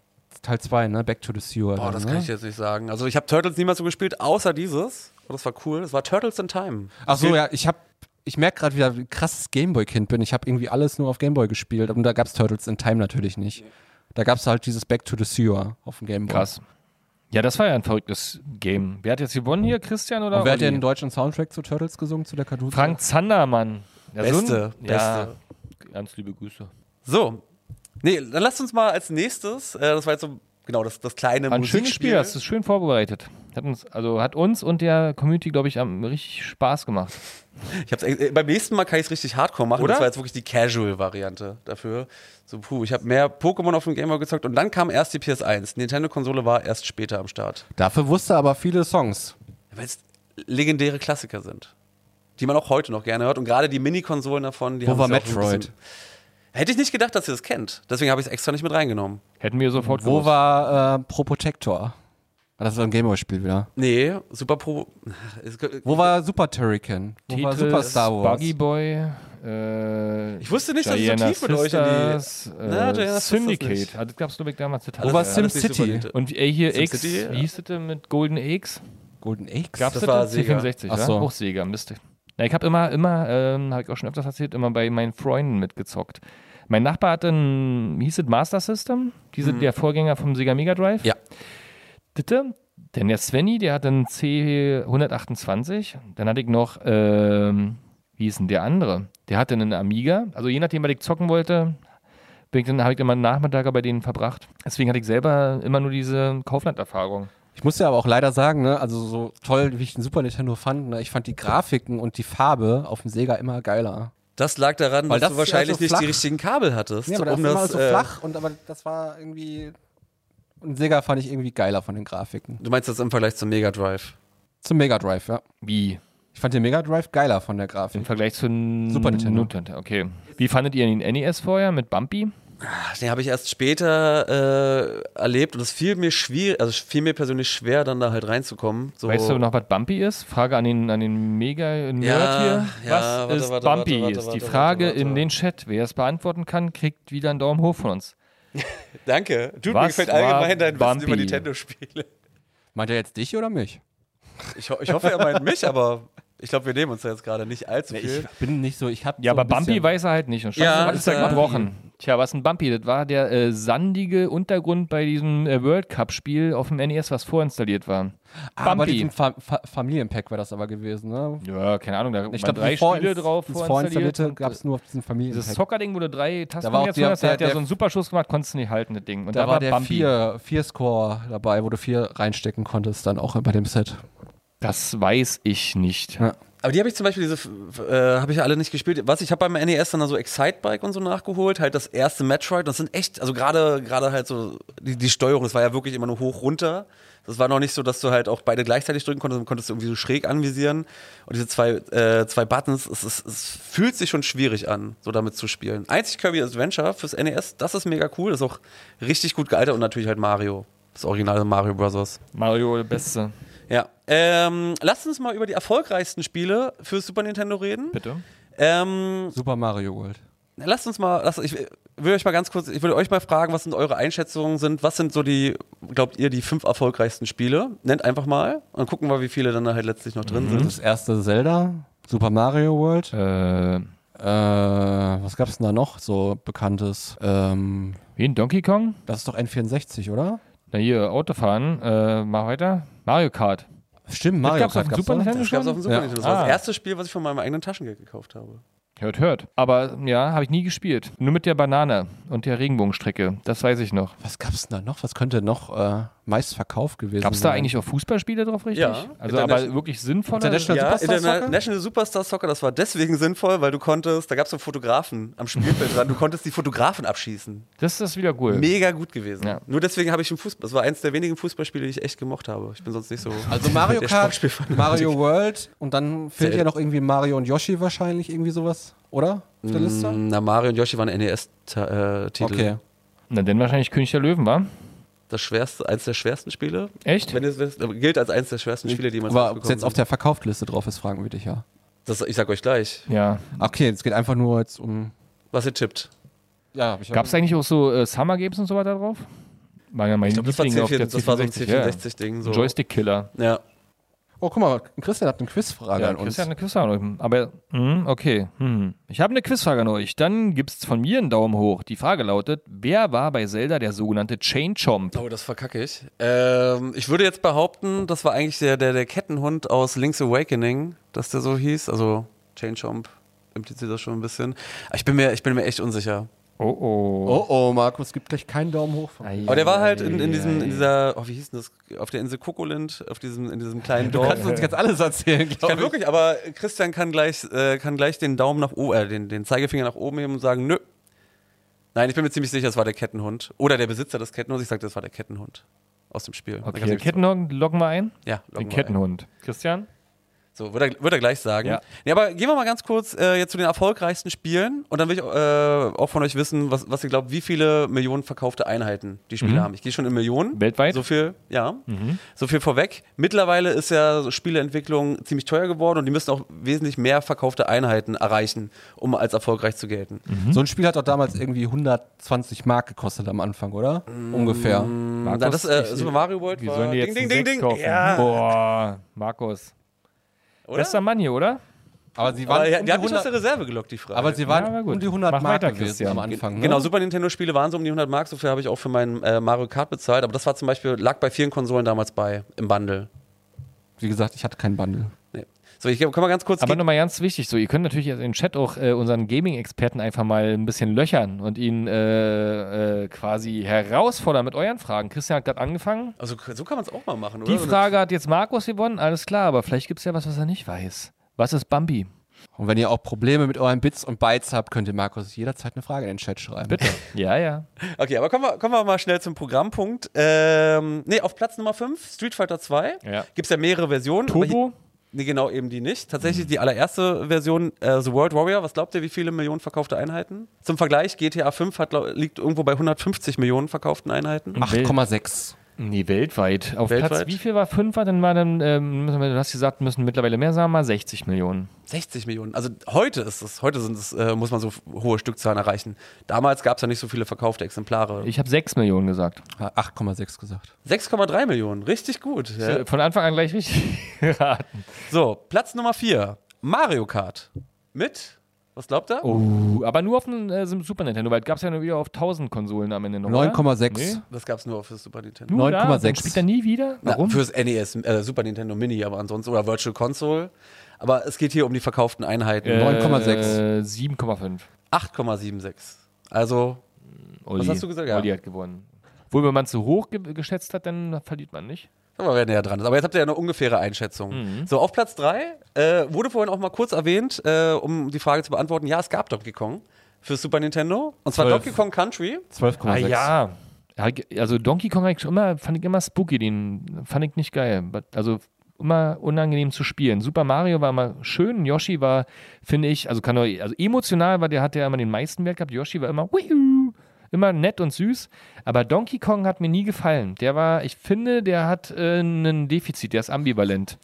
[SPEAKER 1] Teil 2, ne? Back to the Sewer.
[SPEAKER 3] Boah,
[SPEAKER 1] dann,
[SPEAKER 3] das
[SPEAKER 1] ne?
[SPEAKER 3] kann ich jetzt nicht sagen. Also ich habe Turtles niemals so gespielt, außer dieses. Und das war cool. Das war Turtles in Time.
[SPEAKER 1] Ach so, ja, ich habe, ich merke gerade wieder, wie krasses Gameboy-Kind bin. Ich habe irgendwie alles nur auf Gameboy gespielt und da gab's Turtles in Time natürlich nicht. Da gab's halt dieses Back to the Sewer auf dem Gameboy.
[SPEAKER 2] Krass. Ja, das war ja ein verrücktes Game. Wer hat jetzt gewonnen hier? Christian oder
[SPEAKER 1] Und wer hat
[SPEAKER 2] Olli?
[SPEAKER 1] denn den deutschen Soundtrack zu Turtles gesungen, zu der Cartoon?
[SPEAKER 2] Frank Zandermann. Ja,
[SPEAKER 3] Beste,
[SPEAKER 2] so ein- ja, Ganz liebe Grüße.
[SPEAKER 3] So. Nee, dann lasst uns mal als nächstes, äh, das war jetzt so, genau, das, das kleine
[SPEAKER 2] Ein schönes Spiel,
[SPEAKER 3] Musikspiel.
[SPEAKER 2] das ist schön vorbereitet. Hat uns, also hat uns und der Community, glaube ich, am, richtig Spaß gemacht.
[SPEAKER 3] Ich hab's, äh, beim nächsten Mal kann ich es richtig hardcore machen.
[SPEAKER 2] Oder?
[SPEAKER 3] Das war jetzt wirklich die Casual-Variante dafür. So, puh, ich habe mehr Pokémon auf dem Gameboy gezockt und dann kam erst die PS1. Die Nintendo-Konsole war erst später am Start.
[SPEAKER 1] Dafür wusste er aber viele Songs.
[SPEAKER 3] Weil es legendäre Klassiker sind. Die man auch heute noch gerne hört. Und gerade die Mini-Konsolen davon, die
[SPEAKER 1] Wo
[SPEAKER 3] haben
[SPEAKER 1] war
[SPEAKER 3] es ja auch so ein
[SPEAKER 1] Metroid?
[SPEAKER 3] bisschen- Hätte ich nicht gedacht, dass ihr das kennt. Deswegen habe ich es extra nicht mit reingenommen.
[SPEAKER 2] Hätten wir sofort
[SPEAKER 1] Wo
[SPEAKER 2] gewusst.
[SPEAKER 1] war äh, Probotector? Ah, Das ist ein Gameboy-Spiel wieder.
[SPEAKER 3] Nee, Super Pro. *laughs* Es-
[SPEAKER 1] Wo war Super Turrican? Wo war
[SPEAKER 2] Tetris,
[SPEAKER 1] Super Star Wars?
[SPEAKER 2] Buggy Boy, äh,
[SPEAKER 3] Ich wusste nicht, dass ich so
[SPEAKER 2] Diana
[SPEAKER 3] tief mit euch in die-
[SPEAKER 2] Sisters, äh,
[SPEAKER 3] Na, Diana Sisters
[SPEAKER 2] Syndicate.
[SPEAKER 3] nicht.
[SPEAKER 2] Ah, Das gab es, glaube ich, damals.
[SPEAKER 1] Wo
[SPEAKER 2] total.
[SPEAKER 1] war
[SPEAKER 3] Alles nicht
[SPEAKER 1] SimCity?
[SPEAKER 3] Super Nintendo.
[SPEAKER 2] Und ey, hier X,
[SPEAKER 3] SimCity, ja.
[SPEAKER 2] wie hieß das denn mit Golden Eggs?
[SPEAKER 1] Golden Eggs?
[SPEAKER 2] Gab's
[SPEAKER 3] Das
[SPEAKER 2] das,
[SPEAKER 3] war Sega.
[SPEAKER 2] C64,
[SPEAKER 1] Ach
[SPEAKER 2] ja?
[SPEAKER 1] so.
[SPEAKER 2] Auch Sega, Mist. Na, ich habe immer, immer, ähm, habe ich auch schon öfters erzählt, immer bei meinen Freunden mitgezockt. Mein Nachbar hatte ein, hieß es Master System? Diese, Der Vorgänger vom Sega Mega Drive?
[SPEAKER 3] Ja.
[SPEAKER 2] Ditte, denn der Svenny, der hatte einen C128. Dann hatte ich noch, ähm, wie hieß denn der andere? Der hatte einen Amiga. Also je nachdem, was ich zocken wollte, bin ich dann, habe ich immer einen Nachmittag bei denen verbracht. Deswegen hatte ich selber immer nur diese Kauflanderfahrung.
[SPEAKER 1] Ich muss ja aber auch leider sagen, ne, also so toll, wie ich den Super Nintendo fand, ne, ich fand die Grafiken und die Farbe auf dem Sega immer geiler.
[SPEAKER 3] Das lag daran,
[SPEAKER 1] Weil das
[SPEAKER 3] dass du
[SPEAKER 1] ist
[SPEAKER 3] wahrscheinlich
[SPEAKER 1] also
[SPEAKER 3] nicht
[SPEAKER 1] flach.
[SPEAKER 3] die richtigen Kabel hattest.
[SPEAKER 1] Ja, aber das,
[SPEAKER 3] um
[SPEAKER 1] war immer so
[SPEAKER 3] äh,
[SPEAKER 1] flach und aber das war irgendwie. Und Sega fand ich irgendwie geiler von den Grafiken.
[SPEAKER 3] Du meinst das im Vergleich zum Mega Drive?
[SPEAKER 1] Zum Mega Drive, ja.
[SPEAKER 2] Wie?
[SPEAKER 1] Ich fand den Mega Drive geiler von der
[SPEAKER 2] Im
[SPEAKER 1] Grafik.
[SPEAKER 2] Vergleich zu n-
[SPEAKER 1] Super Nintendo.
[SPEAKER 2] Okay. Wie fandet ihr den NES vorher mit Bumpy?
[SPEAKER 3] Ach, den habe ich erst später äh, erlebt und es fiel mir schwierig, also fiel mir persönlich schwer, dann da halt reinzukommen. So.
[SPEAKER 2] Weißt du noch, was Bumpy ist? Frage an den, an den Mega-Nerd
[SPEAKER 3] Ja,
[SPEAKER 2] hier.
[SPEAKER 3] ja,
[SPEAKER 2] was
[SPEAKER 3] warte,
[SPEAKER 2] ist
[SPEAKER 3] warte,
[SPEAKER 2] Bumpy?
[SPEAKER 3] warte, warte,
[SPEAKER 2] ist die
[SPEAKER 3] warte,
[SPEAKER 2] Frage
[SPEAKER 3] warte, warte.
[SPEAKER 2] in den Chat. Wer es beantworten kann, kriegt wieder einen Daumen hoch von uns.
[SPEAKER 3] Danke. Du, mir
[SPEAKER 2] Was
[SPEAKER 3] gefällt
[SPEAKER 2] war
[SPEAKER 3] allgemein dein Wissen
[SPEAKER 2] Bumpy?
[SPEAKER 3] über Nintendo-Spiele.
[SPEAKER 1] Meint er jetzt dich oder mich?
[SPEAKER 3] Ich, ho ich hoffe, er meint mich, aber ich glaube, wir nehmen uns da jetzt gerade nicht allzu viel.
[SPEAKER 1] bin nicht so, ich hab.
[SPEAKER 2] Ja,
[SPEAKER 1] so
[SPEAKER 2] aber Bumpy weiß er halt nicht. Und
[SPEAKER 3] Ja, äh,
[SPEAKER 2] ja, ist
[SPEAKER 3] ist
[SPEAKER 2] er
[SPEAKER 3] ja-
[SPEAKER 2] gebrochen. Tja, was ein Bumpy. Das war der äh, sandige Untergrund bei diesem äh, World Cup-Spiel auf dem NES, was vorinstalliert war.
[SPEAKER 1] Aber diesem Fa Fa Familienpack war das aber gewesen, ne?
[SPEAKER 2] Ja, keine Ahnung. Da
[SPEAKER 1] Ich
[SPEAKER 2] waren
[SPEAKER 1] glaube,
[SPEAKER 2] drei Spiele drauf
[SPEAKER 1] Das vorinstallierte
[SPEAKER 2] und, äh,
[SPEAKER 1] gab es nur auf diesem
[SPEAKER 2] Dieses
[SPEAKER 1] Familienpack.
[SPEAKER 2] Soccer-Ding, wo du drei Tasten
[SPEAKER 1] war auch
[SPEAKER 2] jetzt
[SPEAKER 1] der-
[SPEAKER 2] hast, der
[SPEAKER 1] der-
[SPEAKER 2] hat ja
[SPEAKER 1] der-
[SPEAKER 2] so einen super Schuss gemacht, konntest du nicht halten, das Ding. Und
[SPEAKER 1] Da war der
[SPEAKER 2] Bambi.
[SPEAKER 1] vier, vier Score dabei, wo du vier reinstecken konntest, dann auch bei dem Set.
[SPEAKER 2] Das weiß ich nicht.
[SPEAKER 1] Ja.
[SPEAKER 3] Aber die habe ich zum Beispiel, diese, f- f- äh, habe ich ja alle nicht gespielt. Was, ich habe beim NES dann so Excitebike und so nachgeholt, halt das erste Metroid. Das sind echt, also gerade gerade halt so die, die Steuerung, es war ja wirklich immer nur hoch, runter. Das war noch nicht so, dass du halt auch beide gleichzeitig drücken konntest, sondern konntest du irgendwie so schräg anvisieren. Und diese zwei, äh, zwei Buttons, es, ist- es fühlt sich schon schwierig an, so damit zu spielen. Einzig Kirby Adventure fürs NES, das ist mega cool, das ist auch richtig gut gealtert und natürlich halt Mario. Das originale Mario Bros.
[SPEAKER 2] Mario, der Beste.
[SPEAKER 3] Ja. Ähm, lasst uns mal über die erfolgreichsten Spiele für Super Nintendo reden.
[SPEAKER 2] Bitte.
[SPEAKER 3] Ähm,
[SPEAKER 1] Super Mario World.
[SPEAKER 3] lasst uns mal, lasst, ich will euch mal ganz kurz, ich will euch mal fragen, was sind eure Einschätzungen sind, was sind so die, glaubt ihr, die fünf erfolgreichsten Spiele? Nennt einfach mal und gucken wir, wie viele dann halt letztlich noch drin
[SPEAKER 2] Mhm.
[SPEAKER 3] sind.
[SPEAKER 1] Das erste Zelda, Super Mario World.
[SPEAKER 2] Äh,
[SPEAKER 1] Äh, was gab's denn da noch so bekanntes? Ähm,
[SPEAKER 2] wie in Donkey Kong?
[SPEAKER 1] das ist doch N64, oder?
[SPEAKER 2] Na hier, Autofahren. Äh, mal weiter. Mario Kart.
[SPEAKER 1] Stimmt, Mario
[SPEAKER 2] gab's auf dem
[SPEAKER 1] gab's
[SPEAKER 2] Super
[SPEAKER 1] doch.
[SPEAKER 2] Nintendo
[SPEAKER 3] Das gab es auf dem Super
[SPEAKER 1] Ja.
[SPEAKER 3] Nintendo. Das war
[SPEAKER 2] Ah.
[SPEAKER 3] das erste Spiel, was ich von meinem eigenen Taschengeld gekauft habe.
[SPEAKER 2] Hört, hört. Aber ja, habe ich nie gespielt. Nur mit der Banane und der Regenbogenstrecke. Das weiß ich noch.
[SPEAKER 1] Was gab's denn da noch? Was könnte noch äh, meist verkauft gewesen
[SPEAKER 2] Gab es da
[SPEAKER 1] sein?
[SPEAKER 2] eigentlich auch Fußballspiele drauf, richtig?
[SPEAKER 3] Ja.
[SPEAKER 2] Also,
[SPEAKER 3] Internet-
[SPEAKER 2] aber wirklich sinnvoller.
[SPEAKER 1] International-
[SPEAKER 3] Ja,
[SPEAKER 1] Superstar Soccer?
[SPEAKER 3] International Superstar Soccer, das war deswegen sinnvoll, weil du konntest, da gab es so Fotografen am Spielfeld dran, du konntest die Fotografen abschießen.
[SPEAKER 2] Das ist wieder cool.
[SPEAKER 3] Mega gut gewesen.
[SPEAKER 2] Ja.
[SPEAKER 3] Nur deswegen habe ich den Fußball, das war eins der wenigen Fußballspiele, die ich echt gemocht habe. Ich bin sonst nicht so.
[SPEAKER 1] Also Mario
[SPEAKER 3] *laughs* der
[SPEAKER 1] Kart,
[SPEAKER 3] Sportspielfanatik.
[SPEAKER 1] Mario World und dann fehlt
[SPEAKER 3] Zelda.
[SPEAKER 1] ja noch irgendwie Mario und Yoshi wahrscheinlich, irgendwie sowas, oder? Auf der Liste?
[SPEAKER 3] Na, Mario und Yoshi waren E NES-Titel.
[SPEAKER 1] Okay.
[SPEAKER 2] Na, denn wahrscheinlich König der Löwen, war?
[SPEAKER 3] Das schwerste, eins der schwersten Spiele.
[SPEAKER 2] Echt?
[SPEAKER 3] Wenn es, wenn es gilt als eins der schwersten Spiele, die man
[SPEAKER 1] Aber ob es jetzt auf der Verkauftliste drauf ist, fragen wir dich ja.
[SPEAKER 3] das, Ich sag euch gleich,
[SPEAKER 2] Ja.
[SPEAKER 1] Okay, es geht einfach nur jetzt um.
[SPEAKER 3] was ihr tippt.
[SPEAKER 1] Ja, hab ich
[SPEAKER 3] Ähm,
[SPEAKER 2] Gab es eigentlich auch so äh, Summer Games und so weiter drauf? War ja mein
[SPEAKER 3] Das war,
[SPEAKER 2] Liebling auf der
[SPEAKER 3] C64, das war so ein
[SPEAKER 2] ja.
[SPEAKER 3] C64-Ding. So.
[SPEAKER 2] Joystick-Killer.
[SPEAKER 3] Ja.
[SPEAKER 1] Oh, guck mal, Christian hat eine Quizfrage
[SPEAKER 2] Ja,
[SPEAKER 1] an uns.
[SPEAKER 2] Christian, eine Quizfrage an euch. Aber, hm, okay. Hm. Ich habe eine Quizfrage an euch. Dann gibt es von mir einen Daumen hoch. Die Frage lautet: Wer war bei Zelda der sogenannte Chain Chomp?
[SPEAKER 3] Oh, das verkacke ich. Ähm, ich würde jetzt behaupten, das war eigentlich der, der, der Kettenhund aus Link's Awakening, dass der so hieß. Also Chain Chomp impliziert das schon ein bisschen. Aber Ich bin mir, ich bin mir echt unsicher.
[SPEAKER 2] Oh, oh.
[SPEAKER 1] Oh, oh, Markus, gibt gleich keinen Daumen hoch. Von
[SPEAKER 2] Ei,
[SPEAKER 3] Aber der war
[SPEAKER 2] ei,
[SPEAKER 3] halt in,
[SPEAKER 2] ei,
[SPEAKER 3] in, diesem,
[SPEAKER 2] ei.
[SPEAKER 3] in dieser, oh, wie hieß denn das, auf der Insel Kokolind, auf diesem, in diesem kleinen
[SPEAKER 1] du
[SPEAKER 3] Dorf.
[SPEAKER 1] kannst uns jetzt alles erzählen,
[SPEAKER 3] Ich
[SPEAKER 1] glaube
[SPEAKER 3] kann wirklich, aber Christian kann gleich, äh, kann gleich den Daumen nach oben, äh, den, den Zeigefinger nach oben heben und sagen, nö. Nein, ich bin mir ziemlich sicher, es war der Kettenhund. Oder der Besitzer des Kettenhunds. Ich sagte, das war der Kettenhund aus dem Spiel. Da
[SPEAKER 2] Okay,
[SPEAKER 3] kann's
[SPEAKER 2] den
[SPEAKER 3] nämlich
[SPEAKER 2] Kettenhund locken wir ein.
[SPEAKER 3] so- ja,
[SPEAKER 2] Den
[SPEAKER 3] loggen wir ein.
[SPEAKER 2] Kettenhund. Christian?
[SPEAKER 3] So, wird er, wird er gleich sagen. Ja.
[SPEAKER 2] Ja.
[SPEAKER 3] Nee, aber gehen wir mal ganz kurz äh, jetzt zu den erfolgreichsten Spielen. Und dann will ich äh, auch von euch wissen, was, was ihr glaubt, wie viele Millionen verkaufte Einheiten die Spiele haben. Ich gehe schon in Millionen.
[SPEAKER 2] Mhm. Weltweit? Mhm.
[SPEAKER 3] So viel, ja. So viel vorweg. Mittlerweile ist ja so Spieleentwicklung ziemlich teuer geworden und die müssen auch wesentlich mehr verkaufte Einheiten erreichen, um als erfolgreich zu gelten.
[SPEAKER 2] Mhm.
[SPEAKER 1] So ein Spiel hat doch damals irgendwie 120 Mark gekostet am Anfang, oder? Ungefähr.
[SPEAKER 2] Markus,
[SPEAKER 3] Na, das, äh,
[SPEAKER 2] ich-
[SPEAKER 3] Super Mario World
[SPEAKER 2] Wir
[SPEAKER 3] war-
[SPEAKER 2] sollen dir jetzt
[SPEAKER 3] Äh, Ding,
[SPEAKER 2] einen
[SPEAKER 3] ding,
[SPEAKER 2] Sekt
[SPEAKER 3] ding,
[SPEAKER 2] kaufen.
[SPEAKER 3] ja.
[SPEAKER 2] Boah, Markus.
[SPEAKER 3] Oder?
[SPEAKER 2] Bester Mann hier, oder?
[SPEAKER 1] Aber sie waren,
[SPEAKER 3] Aber ja,
[SPEAKER 1] um
[SPEAKER 3] die
[SPEAKER 1] die,
[SPEAKER 3] hat mich aus der
[SPEAKER 1] 100,
[SPEAKER 3] Reserve gelockt, die Frage.
[SPEAKER 1] aber sie
[SPEAKER 2] Ja,
[SPEAKER 1] waren
[SPEAKER 2] aber gut.
[SPEAKER 1] um die 100
[SPEAKER 2] Mach
[SPEAKER 1] Mark
[SPEAKER 2] weiter,
[SPEAKER 1] gewesen
[SPEAKER 2] Christian.
[SPEAKER 1] am Anfang. Ne?
[SPEAKER 3] Genau, Super Nintendo-Spiele waren so um die 100 Mark, so viel habe ich auch für meinen äh, Mario Kart bezahlt, aber das war zum Beispiel, lag bei vielen Konsolen damals bei, im Bundle.
[SPEAKER 1] Wie gesagt, ich hatte keinen Bundle.
[SPEAKER 3] Nee. So, ich kann mal ganz kurz.
[SPEAKER 2] Aber nochmal ganz wichtig, so, ihr könnt natürlich jetzt im Chat auch äh, unseren Gaming-Experten einfach mal ein bisschen löchern und ihn äh, äh, quasi herausfordern mit euren Fragen. Christian hat gerade angefangen.
[SPEAKER 3] also, so kann man es auch mal machen, oder?
[SPEAKER 2] Die
[SPEAKER 3] So eine-
[SPEAKER 2] Frage hat jetzt Markus gewonnen, alles klar, aber vielleicht gibt es ja was, was er nicht weiß. Was ist Bambi?
[SPEAKER 1] Und wenn ihr auch Probleme mit euren Bits und Bytes habt, könnt ihr Markus jederzeit eine Frage in den Chat schreiben.
[SPEAKER 2] Bitte. ja, ja.
[SPEAKER 3] Okay, aber kommen wir, kommen wir mal schnell zum Programmpunkt. Ähm, nee, auf Platz Nummer 5, Street Fighter 2.
[SPEAKER 2] Ja.
[SPEAKER 3] Gibt es ja mehrere Versionen. aber
[SPEAKER 2] Turbo?
[SPEAKER 3] Hier, nee, genau, eben die nicht. Tatsächlich die allererste Version, äh, The World Warrior. Was glaubt ihr, wie viele Millionen verkaufte Einheiten? Zum Vergleich, GTA 5 hat, glaub, liegt irgendwo bei 150 Millionen verkauften Einheiten.
[SPEAKER 1] 8,6.
[SPEAKER 2] Nee, weltweit. Auf
[SPEAKER 3] Weltweit?
[SPEAKER 2] Platz wie viel war? Fünf war denn mal, dann, ähm, müssen wir- du hast gesagt, müssen mittlerweile mehr sagen, mal 60 Millionen.
[SPEAKER 3] 60 Millionen. Also heute ist es, heute sind es, äh, muss man so hohe Stückzahlen erreichen. Damals gab es ja nicht so viele verkaufte Exemplare.
[SPEAKER 2] Ich habe 6 Millionen gesagt.
[SPEAKER 1] Ah, 8,6 gesagt.
[SPEAKER 3] 6,3 Millionen, richtig gut. Ja.
[SPEAKER 2] Äh, Von Anfang an gleich *laughs* richtig geraten.
[SPEAKER 3] So, Platz Nummer 4, Mario Kart mit Was glaubt ihr?
[SPEAKER 2] Oh, aber nur auf dem äh, Super Nintendo, weil gab es ja nur wieder auf 1000 Konsolen am Ende noch. oder?
[SPEAKER 1] 9,6.
[SPEAKER 2] Nee.
[SPEAKER 3] Das gab's nur für Super Nintendo.
[SPEAKER 2] Du 9,6.
[SPEAKER 1] 9,6.
[SPEAKER 2] Spielt er nie wieder? Warum?
[SPEAKER 3] Na, fürs NES, äh, Super Nintendo Mini, aber ansonsten oder Virtual Console. Aber es geht hier um die verkauften Einheiten.
[SPEAKER 2] Äh,
[SPEAKER 1] 9,6.
[SPEAKER 2] 7,5.
[SPEAKER 3] 8,76. Also
[SPEAKER 2] Olli.
[SPEAKER 3] hast du gesagt? Ja.
[SPEAKER 2] Olli hat gewonnen. Obwohl, wenn man zu hoch ge geschätzt hat, dann verliert man nicht.
[SPEAKER 3] Aber wir werden ja dran. Aber jetzt habt ihr ja eine ungefähre Einschätzung.
[SPEAKER 2] Mhm.
[SPEAKER 3] So, auf Platz 3 äh, wurde vorhin auch mal kurz erwähnt, äh, um die Frage zu beantworten: Ja, es gab Donkey Kong für Super Nintendo. Und zwar
[SPEAKER 2] Zwölf.
[SPEAKER 3] Donkey Kong Country.
[SPEAKER 1] 12,6.
[SPEAKER 2] Ah ja. Ja, ge- Also Donkey Kong hab ich schon immer, fand ich immer spooky, den fand ich nicht geil. But- Also immer unangenehm zu spielen. Super Mario war immer schön, Yoshi war, finde ich, also kann er, also emotional war der, hat der immer den meisten Wert gehabt. Yoshi war immer wiu, immer nett und süß, aber Donkey Kong hat mir nie gefallen. Der war, ich finde, der hat äh, ein Defizit, der ist ambivalent.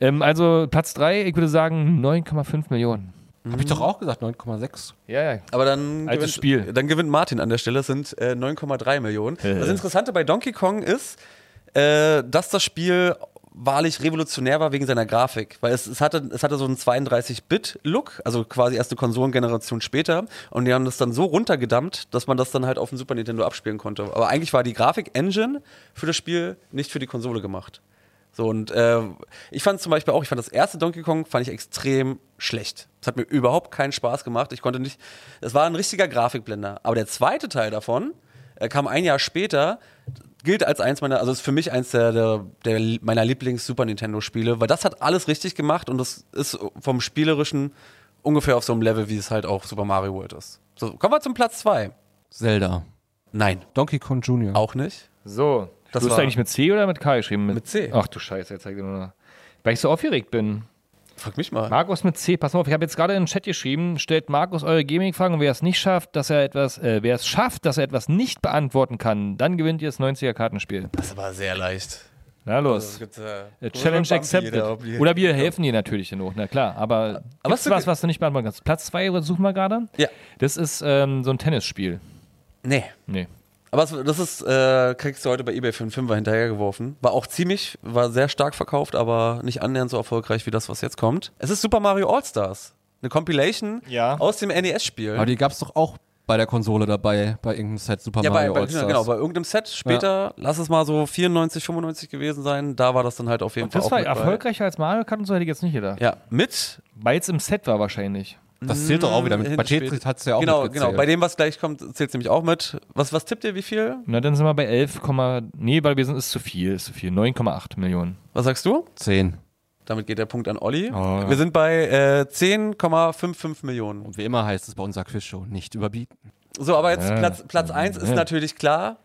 [SPEAKER 2] Ähm, also Platz 3, ich würde sagen 9,5 Millionen.
[SPEAKER 1] Habe ich doch auch gesagt, 9,6.
[SPEAKER 2] Ja, ja.
[SPEAKER 3] Aber dann
[SPEAKER 2] Altes
[SPEAKER 3] gewinnt,
[SPEAKER 2] Spiel.
[SPEAKER 3] dann gewinnt Martin an der Stelle, es sind äh, 9,3
[SPEAKER 2] *laughs*
[SPEAKER 3] Millionen. Das Interessante bei Donkey Kong ist, äh, dass das Spiel wahrlich revolutionär war wegen seiner Grafik, weil es, es, hatte, es hatte so einen 32-Bit-Look, also quasi erst eine Konsolengeneration später und die haben das dann so runtergedammt, dass man das dann halt auf dem Super Nintendo abspielen konnte. Aber eigentlich war die Grafik-Engine für das Spiel nicht für die Konsole gemacht. So und äh, ich fand zum Beispiel auch, ich fand das erste Donkey Kong fand ich extrem schlecht. Es hat mir überhaupt keinen Spaß gemacht. Ich konnte nicht. Es war ein richtiger Grafikblender. Aber der zweite Teil davon äh, kam ein Jahr später, gilt als eins meiner, also ist für mich eins der, der, der meiner Lieblings Super Nintendo Spiele, weil das hat alles richtig gemacht und das ist vom spielerischen ungefähr auf so einem Level, wie es halt auch Super Mario World ist. So kommen wir zum Platz zwei.
[SPEAKER 1] Zelda.
[SPEAKER 3] Nein,
[SPEAKER 1] Donkey Kong Jr.
[SPEAKER 3] auch nicht.
[SPEAKER 2] So,
[SPEAKER 3] Das
[SPEAKER 2] du hast
[SPEAKER 3] war-
[SPEAKER 2] eigentlich mit C oder mit K geschrieben?
[SPEAKER 3] Mit C.
[SPEAKER 2] Ach du Scheiße, jetzt zeig dir nur noch. Weil ich so aufgeregt bin.
[SPEAKER 3] Frag mich mal.
[SPEAKER 2] Markus mit C, pass mal auf, ich habe jetzt gerade in den Chat geschrieben, stellt Markus eure Gaming-Fragen und wer es nicht schafft, dass er etwas, äh, wer es schafft, dass er etwas nicht beantworten kann, dann gewinnt ihr das 90er-Kartenspiel.
[SPEAKER 3] Das war sehr leicht.
[SPEAKER 2] Na los.
[SPEAKER 3] gibt, äh,
[SPEAKER 2] Äh, Challenge accepted. Oder wir helfen dir natürlich dann auch, na klar. Aber,
[SPEAKER 3] Aber
[SPEAKER 2] gibt's
[SPEAKER 3] hast du
[SPEAKER 2] was,
[SPEAKER 3] ge-
[SPEAKER 2] was du nicht beantworten kannst? Platz 2 suchen wir gerade.
[SPEAKER 3] Ja.
[SPEAKER 2] Das ist ähm, so ein Tennisspiel.
[SPEAKER 3] Nee.
[SPEAKER 2] Nee.
[SPEAKER 3] Aber es- das ist, äh, kriegst du heute bei eBay für einen Fünfer hinterhergeworfen. War auch ziemlich, war sehr stark verkauft, aber nicht annähernd so erfolgreich wie das, was jetzt kommt. Es ist Super Mario All-Stars. Eine Compilation
[SPEAKER 2] Ja.
[SPEAKER 3] aus dem E NES-Spiel.
[SPEAKER 1] Aber Ah, die gab es doch auch bei der Konsole dabei, bei irgendeinem Set Super
[SPEAKER 3] Ja, bei,
[SPEAKER 1] Mario
[SPEAKER 3] bei,
[SPEAKER 1] All-Stars.
[SPEAKER 3] genau, bei irgendeinem Set später, lass es mal so 94, 95 gewesen sein, da war das dann halt auf jeden Fall
[SPEAKER 2] Das
[SPEAKER 3] auch
[SPEAKER 2] war
[SPEAKER 3] mit bei.
[SPEAKER 2] erfolgreicher als Mario Kart und so hätte ich jetzt nicht gedacht.
[SPEAKER 3] Ja, mit
[SPEAKER 2] Weil es im Set war wahrscheinlich.
[SPEAKER 1] das zählt doch auch wieder mit. Bei
[SPEAKER 3] Hinspiel-
[SPEAKER 1] Tetris hat es ja auch
[SPEAKER 3] Mhm, Genau,
[SPEAKER 1] mitgezählt.
[SPEAKER 3] genau. Bei dem, was gleich kommt, zählt es nämlich auch mit. Was, was tippt ihr, wie viel?
[SPEAKER 2] Na, dann sind wir bei 11, nee, weil wir sind, ist zu viel, ist zu viel. 9,8 Millionen.
[SPEAKER 3] Was sagst du?
[SPEAKER 1] 10.
[SPEAKER 3] Damit geht der Punkt an Olli.
[SPEAKER 2] Oh, ja.
[SPEAKER 3] Wir sind bei äh, 10,55 Millionen.
[SPEAKER 1] Und wie immer heißt es bei unserer Quizshow, nicht überbieten.
[SPEAKER 3] So, aber jetzt
[SPEAKER 2] Ja.
[SPEAKER 3] Platz, Platz 1 ist
[SPEAKER 2] Ja.
[SPEAKER 3] natürlich klar.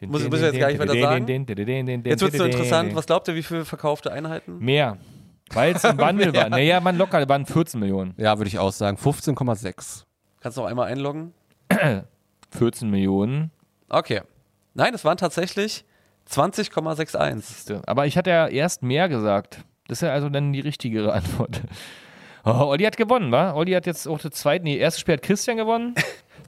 [SPEAKER 2] Den,
[SPEAKER 3] Muss- muss ich jetzt gar nicht weiter sagen? Jetzt wird es so interessant. Was glaubt ihr, wie viele verkaufte Einheiten?
[SPEAKER 2] Mehr. Weil es ein Wandel
[SPEAKER 3] *laughs*
[SPEAKER 2] war. Naja, man locker, waren 14 Millionen.
[SPEAKER 1] Ja, würde ich auch sagen. 15,6.
[SPEAKER 3] Kannst du noch einmal einloggen?
[SPEAKER 2] 14 Millionen.
[SPEAKER 3] Okay. Nein, es waren tatsächlich 20,61.
[SPEAKER 2] Siehste. Aber ich hatte ja erst mehr gesagt. Das ist ja also dann die richtigere *laughs* Antwort. Oh, Olli hat gewonnen, wa? Olli hat jetzt auch das zweite, nee, erstes Spiel hat Christian
[SPEAKER 3] *laughs*
[SPEAKER 2] gewonnen.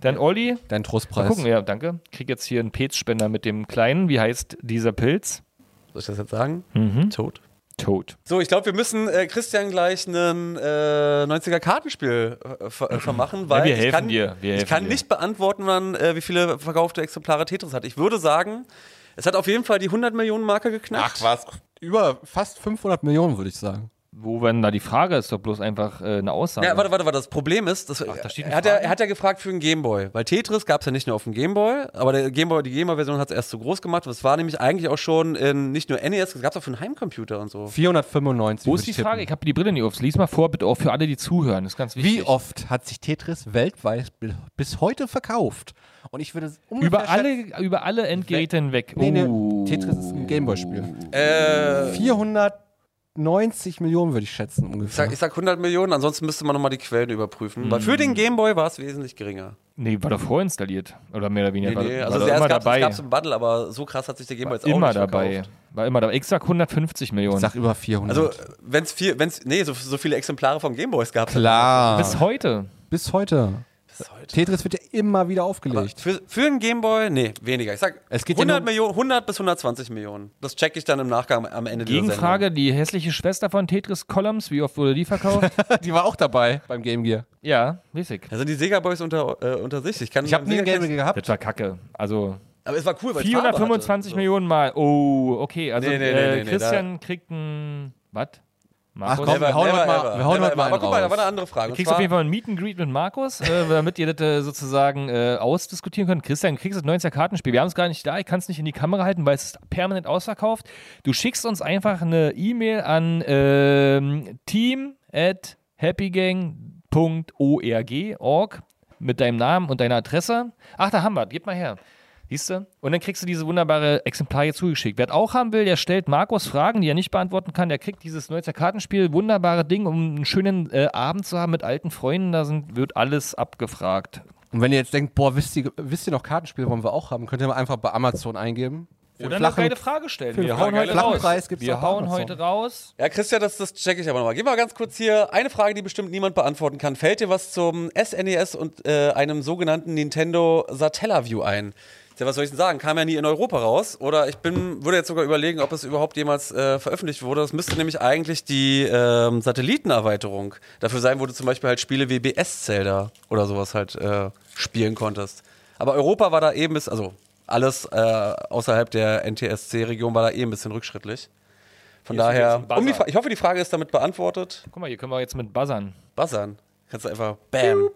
[SPEAKER 2] Dann Olli.
[SPEAKER 1] Dein
[SPEAKER 2] Mal
[SPEAKER 1] Trostpreis.
[SPEAKER 2] gucken, ja, danke. Krieg jetzt hier einen Pilzspender mit dem kleinen. Wie heißt dieser Pilz? Mhm.
[SPEAKER 3] Soll ich das jetzt sagen?
[SPEAKER 2] Hm.
[SPEAKER 3] Tot.
[SPEAKER 2] Toad.
[SPEAKER 3] So, ich glaube, wir müssen äh, Christian gleich ein äh, 90er-Kartenspiel äh, ver äh, vermachen, weil
[SPEAKER 2] wir
[SPEAKER 3] ich
[SPEAKER 2] helfen
[SPEAKER 3] kann,
[SPEAKER 2] dir, wir helfen
[SPEAKER 3] ich kann
[SPEAKER 2] dir.
[SPEAKER 3] nicht beantworten, wann, äh, wie viele verkaufte Exemplare Tetris hat. Ich würde sagen, es hat auf jeden Fall die 100-Millionen-Marke geknackt.
[SPEAKER 1] was? Über fast 500 Millionen, würde ich sagen.
[SPEAKER 2] Wo wenn da die Frage ist, doch bloß einfach äh, eine Aussage.
[SPEAKER 3] Ja, warte, warte, warte. Das Problem ist, das,
[SPEAKER 2] da steht eine
[SPEAKER 3] er, hat ja,
[SPEAKER 2] Frage?
[SPEAKER 3] er hat ja gefragt für einen Gameboy, weil Tetris gab es ja nicht nur auf dem Gameboy, aber der Gameboy, die Gameboy-Version hat es erst zu groß gemacht. Das war nämlich eigentlich auch schon in nicht nur E NES, es gab es auch für einen Heimcomputer und so.
[SPEAKER 1] 495.
[SPEAKER 2] Wo
[SPEAKER 1] würde
[SPEAKER 2] ist die
[SPEAKER 1] ich tippen.
[SPEAKER 2] Frage? Ich habe die Brille nicht auf. Lies mal vor, bitte auch für alle, die zuhören. Das ist ganz wichtig.
[SPEAKER 1] Wie oft hat sich Tetris weltweit bi- bis heute verkauft? Und ich würde ungefähr
[SPEAKER 2] Über alle,
[SPEAKER 1] schätzen-
[SPEAKER 2] über alle Endgeräte hinweg.
[SPEAKER 1] Nee, nee,
[SPEAKER 2] Oh.
[SPEAKER 1] Tetris ist ein Gameboy-Spiel.
[SPEAKER 3] Äh,
[SPEAKER 1] 490 Millionen würde ich schätzen
[SPEAKER 3] ich,
[SPEAKER 1] ungefähr.
[SPEAKER 3] sag, ich sag 100 Millionen, ansonsten müsste man nochmal die Quellen überprüfen. Weil für den Gameboy war es wesentlich geringer.
[SPEAKER 2] Nee, war doch vorinstalliert. Oder mehr oder weniger.
[SPEAKER 3] Nee,
[SPEAKER 2] War-
[SPEAKER 3] nee,
[SPEAKER 2] war
[SPEAKER 3] also
[SPEAKER 2] doch
[SPEAKER 3] erst
[SPEAKER 2] immer
[SPEAKER 3] gab
[SPEAKER 2] dabei.
[SPEAKER 3] es im Battle, aber so krass hat sich der Gameboy
[SPEAKER 2] war
[SPEAKER 3] jetzt auch
[SPEAKER 2] immer
[SPEAKER 3] nicht
[SPEAKER 2] dabei.
[SPEAKER 3] verkauft.
[SPEAKER 2] War immer dabei. Ich sag 150 Millionen.
[SPEAKER 1] Ich sag über 400.
[SPEAKER 3] Also, wenn es viel, wenn's, nee, so, so viele Exemplare vom Gameboys gab.
[SPEAKER 1] klar.
[SPEAKER 2] Bis heute.
[SPEAKER 1] Bis heute.
[SPEAKER 3] Bis heute.
[SPEAKER 1] Tetris wird ja immer wieder *laughs*
[SPEAKER 3] Aber
[SPEAKER 1] aufgelegt.
[SPEAKER 3] Für, für einen Gameboy? Nee, weniger. Ich sag
[SPEAKER 1] Es geht ja
[SPEAKER 3] 100,
[SPEAKER 1] nur-
[SPEAKER 3] Millionen, 100 bis 120 Millionen. Das checke ich dann im Nachgang am Ende
[SPEAKER 2] Gegenfrage, die hässliche Schwester von Tetris Columns, wie oft wurde die verkauft?
[SPEAKER 1] Die war auch dabei beim Game Gear.
[SPEAKER 2] Ja, mäßig.
[SPEAKER 3] Da sind die Sega Boys unter, äh, unter sich. Ich, kann
[SPEAKER 1] Ich habe
[SPEAKER 3] beim
[SPEAKER 1] nie ein
[SPEAKER 3] Sega
[SPEAKER 1] Gameboy
[SPEAKER 3] Case-
[SPEAKER 1] gehabt.
[SPEAKER 2] Das war kacke. Also
[SPEAKER 3] Aber es war cool, weil es Farbe hatte.
[SPEAKER 2] 425
[SPEAKER 3] So.
[SPEAKER 2] Millionen Mal. Oh, okay. Also
[SPEAKER 3] Nee, nee,
[SPEAKER 2] äh,
[SPEAKER 3] nee, nee,
[SPEAKER 2] Christian kriegt ein. Was?
[SPEAKER 1] komm,
[SPEAKER 2] Markus?
[SPEAKER 1] wir
[SPEAKER 3] Never,
[SPEAKER 1] hauen
[SPEAKER 3] never,
[SPEAKER 1] heute mal-
[SPEAKER 3] ever.
[SPEAKER 1] wir hauen
[SPEAKER 3] Never
[SPEAKER 1] heute mal
[SPEAKER 3] ever. Aber
[SPEAKER 1] einen
[SPEAKER 3] guck mal, da
[SPEAKER 1] raus.
[SPEAKER 3] war eine andere Frage.
[SPEAKER 2] Du
[SPEAKER 3] Und
[SPEAKER 2] kriegst auf
[SPEAKER 3] zwar-
[SPEAKER 2] jeden Fall ein Meet and Greet mit Markus, äh, damit ihr das äh, sozusagen äh, ausdiskutieren könnt. Christian, du kriegst das 90er Kartenspiel. Wir haben es gar nicht da, ich kann es nicht in die Kamera halten, weil es ist permanent ausverkauft. Du schickst uns einfach eine E-Mail an ähm, team at happygang.org org, mit deinem Namen und deiner Adresse. Ach, da haben wir, gib mal her. Siehst du? Und dann kriegst du diese wunderbare Exemplare zugeschickt. Wer das auch haben will, der stellt Markus Fragen, die er nicht beantworten kann. Der kriegt dieses 90er Kartenspiel, wunderbare Ding, um einen schönen äh, Abend zu haben mit alten Freunden. Da sind, wird alles abgefragt.
[SPEAKER 1] Und wenn ihr jetzt denkt, boah, wisst ihr, wisst ihr noch Kartenspiele, wollen wir auch haben, könnt ihr mal einfach bei Amazon eingeben. Für
[SPEAKER 2] Oder
[SPEAKER 1] einen
[SPEAKER 2] eine
[SPEAKER 1] flachen-
[SPEAKER 2] geile Frage stellen.
[SPEAKER 1] für
[SPEAKER 2] Wir
[SPEAKER 1] einen
[SPEAKER 2] hauen
[SPEAKER 1] flachen
[SPEAKER 2] heute raus.
[SPEAKER 1] Preis gibt's
[SPEAKER 2] Wir
[SPEAKER 1] auch
[SPEAKER 2] hauen
[SPEAKER 1] Amazon.
[SPEAKER 2] heute raus.
[SPEAKER 3] Ja, Christian, das, das checke ich aber nochmal. Geh mal ganz kurz hier. Eine Frage, die bestimmt niemand beantworten kann. Fällt dir was zum SNES und äh, einem sogenannten Nintendo Satellaview ein? Tja, was soll ich denn sagen? Kam ja nie in Europa raus. Oder ich bin, würde jetzt sogar überlegen, ob es überhaupt jemals äh, veröffentlicht wurde. Das müsste nämlich eigentlich die ähm, Satellitenerweiterung dafür sein, wo du zum Beispiel halt Spiele wie BS-Zelda oder sowas halt äh, spielen konntest. Aber Europa war da eben bis, also alles äh, außerhalb der NTSC-Region war da eh ein bisschen rückschrittlich. Von
[SPEAKER 2] Hier ist jetzt
[SPEAKER 3] daher,
[SPEAKER 2] ein Buzzer.
[SPEAKER 3] um die Fra- ich hoffe, die Frage ist damit beantwortet.
[SPEAKER 2] Guck mal, hier können wir jetzt mit buzzern.
[SPEAKER 3] Buzzern. Kannst du einfach Bam.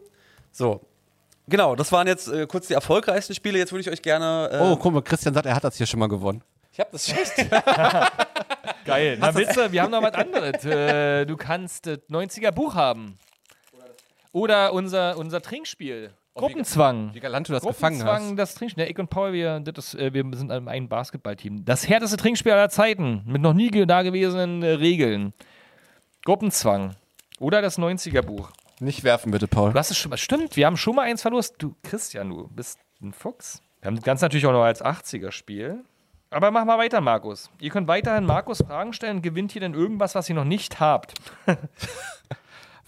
[SPEAKER 3] So. Genau, das waren jetzt äh, kurz die erfolgreichsten Spiele. Jetzt würde ich euch gerne. Äh,
[SPEAKER 1] Oh, guck mal, Christian sagt, er hat das hier schon mal gewonnen.
[SPEAKER 3] Ich habe das schlecht. *laughs*
[SPEAKER 2] *laughs* Geil. Na Witze, wir haben noch was anderes. Äh, du kannst das 90er Buch haben. Oder unser, unser Trinkspiel. Gruppenzwang.
[SPEAKER 1] Wie galant du das gefangen hast.
[SPEAKER 2] Gruppenzwang, das Trinkspiel. Ja, ich und Paul, wir, das ist, äh, wir sind an einem Basketballteam. Das härteste Trinkspiel aller Zeiten. Mit noch nie ge- dagewesenen äh, Regeln. Gruppenzwang. Oder das 90er-Buch.
[SPEAKER 1] Nicht werfen, bitte, Paul.
[SPEAKER 2] Du hast es schon mal. Stimmt, wir haben schon mal eins verlost. Du, Christian, du bist ein Fuchs. Wir haben das Ganze natürlich auch noch als 80er-Spiel. Aber mach mal weiter, Markus. Ihr könnt weiterhin Markus Fragen stellen. Gewinnt hier denn irgendwas, was ihr noch nicht habt?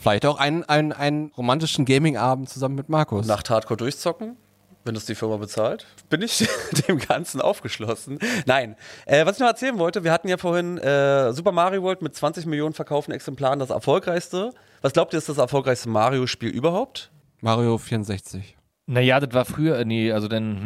[SPEAKER 1] Vielleicht auch einen, einen, einen romantischen Gaming-Abend zusammen mit Markus.
[SPEAKER 3] Nacht Hardcore durchzocken, wenn das die Firma bezahlt, bin ich *laughs* dem Ganzen aufgeschlossen. Nein, äh, was ich noch erzählen wollte, wir hatten ja vorhin äh, Super Mario World mit 20 Millionen verkauften Exemplaren das erfolgreichste. Was glaubt ihr, ist das erfolgreichste Mario-Spiel überhaupt?
[SPEAKER 1] Mario 64.
[SPEAKER 2] Naja, das war früher, äh, nee, also dann,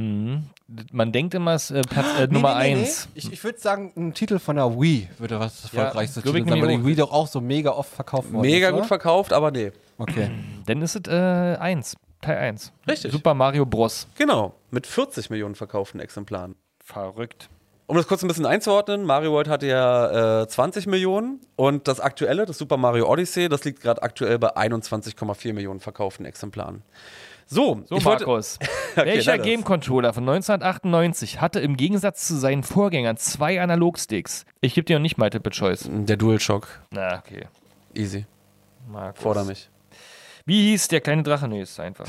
[SPEAKER 2] hm, man denkt immer, es ist äh, Platz äh, Nummer
[SPEAKER 1] Nee, nee, nee, nee.
[SPEAKER 2] 1.
[SPEAKER 1] Ich, ich würde sagen, ein Titel von der Wii würde was
[SPEAKER 2] Ja,
[SPEAKER 1] erfolgreichste
[SPEAKER 2] glaub ich
[SPEAKER 1] Titel sein, weil
[SPEAKER 2] nämlich
[SPEAKER 1] die
[SPEAKER 2] auch.
[SPEAKER 1] Wii doch auch so mega oft verkauft worden
[SPEAKER 3] Mega
[SPEAKER 1] ist,
[SPEAKER 3] gut
[SPEAKER 1] verkauft.
[SPEAKER 3] verkauft, aber nee.
[SPEAKER 1] Okay.
[SPEAKER 2] Dann ist es äh, 1, Teil 1.
[SPEAKER 3] Richtig.
[SPEAKER 2] Super Mario Bros.
[SPEAKER 3] Genau, mit 40 Millionen verkauften Exemplaren.
[SPEAKER 2] Verrückt.
[SPEAKER 3] Um das kurz ein bisschen einzuordnen, Mario World hatte ja äh, 20 Millionen und das aktuelle, das Super Mario Odyssey, das liegt gerade aktuell bei 21,4 Millionen verkauften Exemplaren. So,
[SPEAKER 2] So,
[SPEAKER 3] ich wollte-
[SPEAKER 2] *laughs* Markus.
[SPEAKER 3] na
[SPEAKER 2] Welcher
[SPEAKER 3] das.
[SPEAKER 2] Game Controller von 1998 hatte im Gegensatz zu seinen Vorgängern zwei Analogsticks? Ich gebe dir noch nicht Multiple Choice.
[SPEAKER 3] Der DualShock,
[SPEAKER 2] Na, okay.
[SPEAKER 3] easy,
[SPEAKER 2] Markus.
[SPEAKER 3] forder mich.
[SPEAKER 2] Wie hieß der kleine Drache? Nee, ist
[SPEAKER 3] *laughs*
[SPEAKER 2] einfach.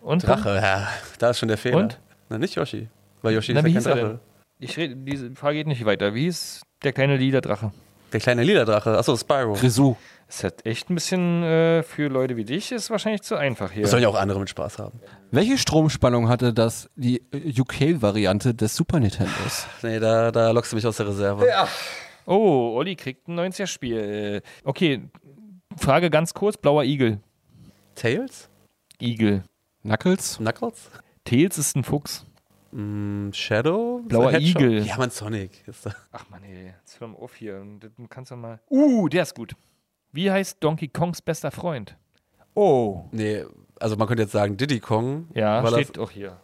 [SPEAKER 2] Und
[SPEAKER 3] Drache, ja, da ist schon der Fehler.
[SPEAKER 2] Und?
[SPEAKER 3] Na, nicht Yoshi, weil Yoshi
[SPEAKER 2] Na,
[SPEAKER 3] ist
[SPEAKER 2] wie
[SPEAKER 3] ja
[SPEAKER 2] hieß
[SPEAKER 3] kein
[SPEAKER 2] er
[SPEAKER 3] Drache.
[SPEAKER 2] denn? Ich rede, diese Frage geht nicht weiter. Wie hieß der kleine Liederdrache?
[SPEAKER 3] Der kleine lila Drache, achso, Spyro.
[SPEAKER 1] Grisou.
[SPEAKER 2] Ist halt echt ein bisschen äh, für Leute wie dich ist wahrscheinlich zu einfach hier.
[SPEAKER 3] Das sollen ja auch andere mit Spaß haben.
[SPEAKER 1] Welche Stromspannung hatte das die äh, UK-Variante des Super Nintendos?
[SPEAKER 3] Nee, da, da lockst du mich aus der Reserve. Ja.
[SPEAKER 2] Oh, Olli kriegt ein 90er-Spiel. Okay, Frage ganz kurz: Blauer Igel.
[SPEAKER 3] Tails?
[SPEAKER 2] Igel.
[SPEAKER 1] Knuckles?
[SPEAKER 3] Knuckles?
[SPEAKER 2] Tails ist ein Fuchs.
[SPEAKER 3] Mm, Shadow?
[SPEAKER 2] Blauer
[SPEAKER 3] Hedgehog?
[SPEAKER 2] Igel.
[SPEAKER 3] Ja, man, Sonic. Ist da.
[SPEAKER 2] Ach man, ey, jetzt hör mal auf hier. Das kannst du mal. Uh, der ist gut. Wie heißt Donkey Kongs bester Freund? Oh.
[SPEAKER 3] Nee, also man könnte jetzt sagen Diddy Kong.
[SPEAKER 2] Ja,
[SPEAKER 3] weil das,
[SPEAKER 2] steht auch hier.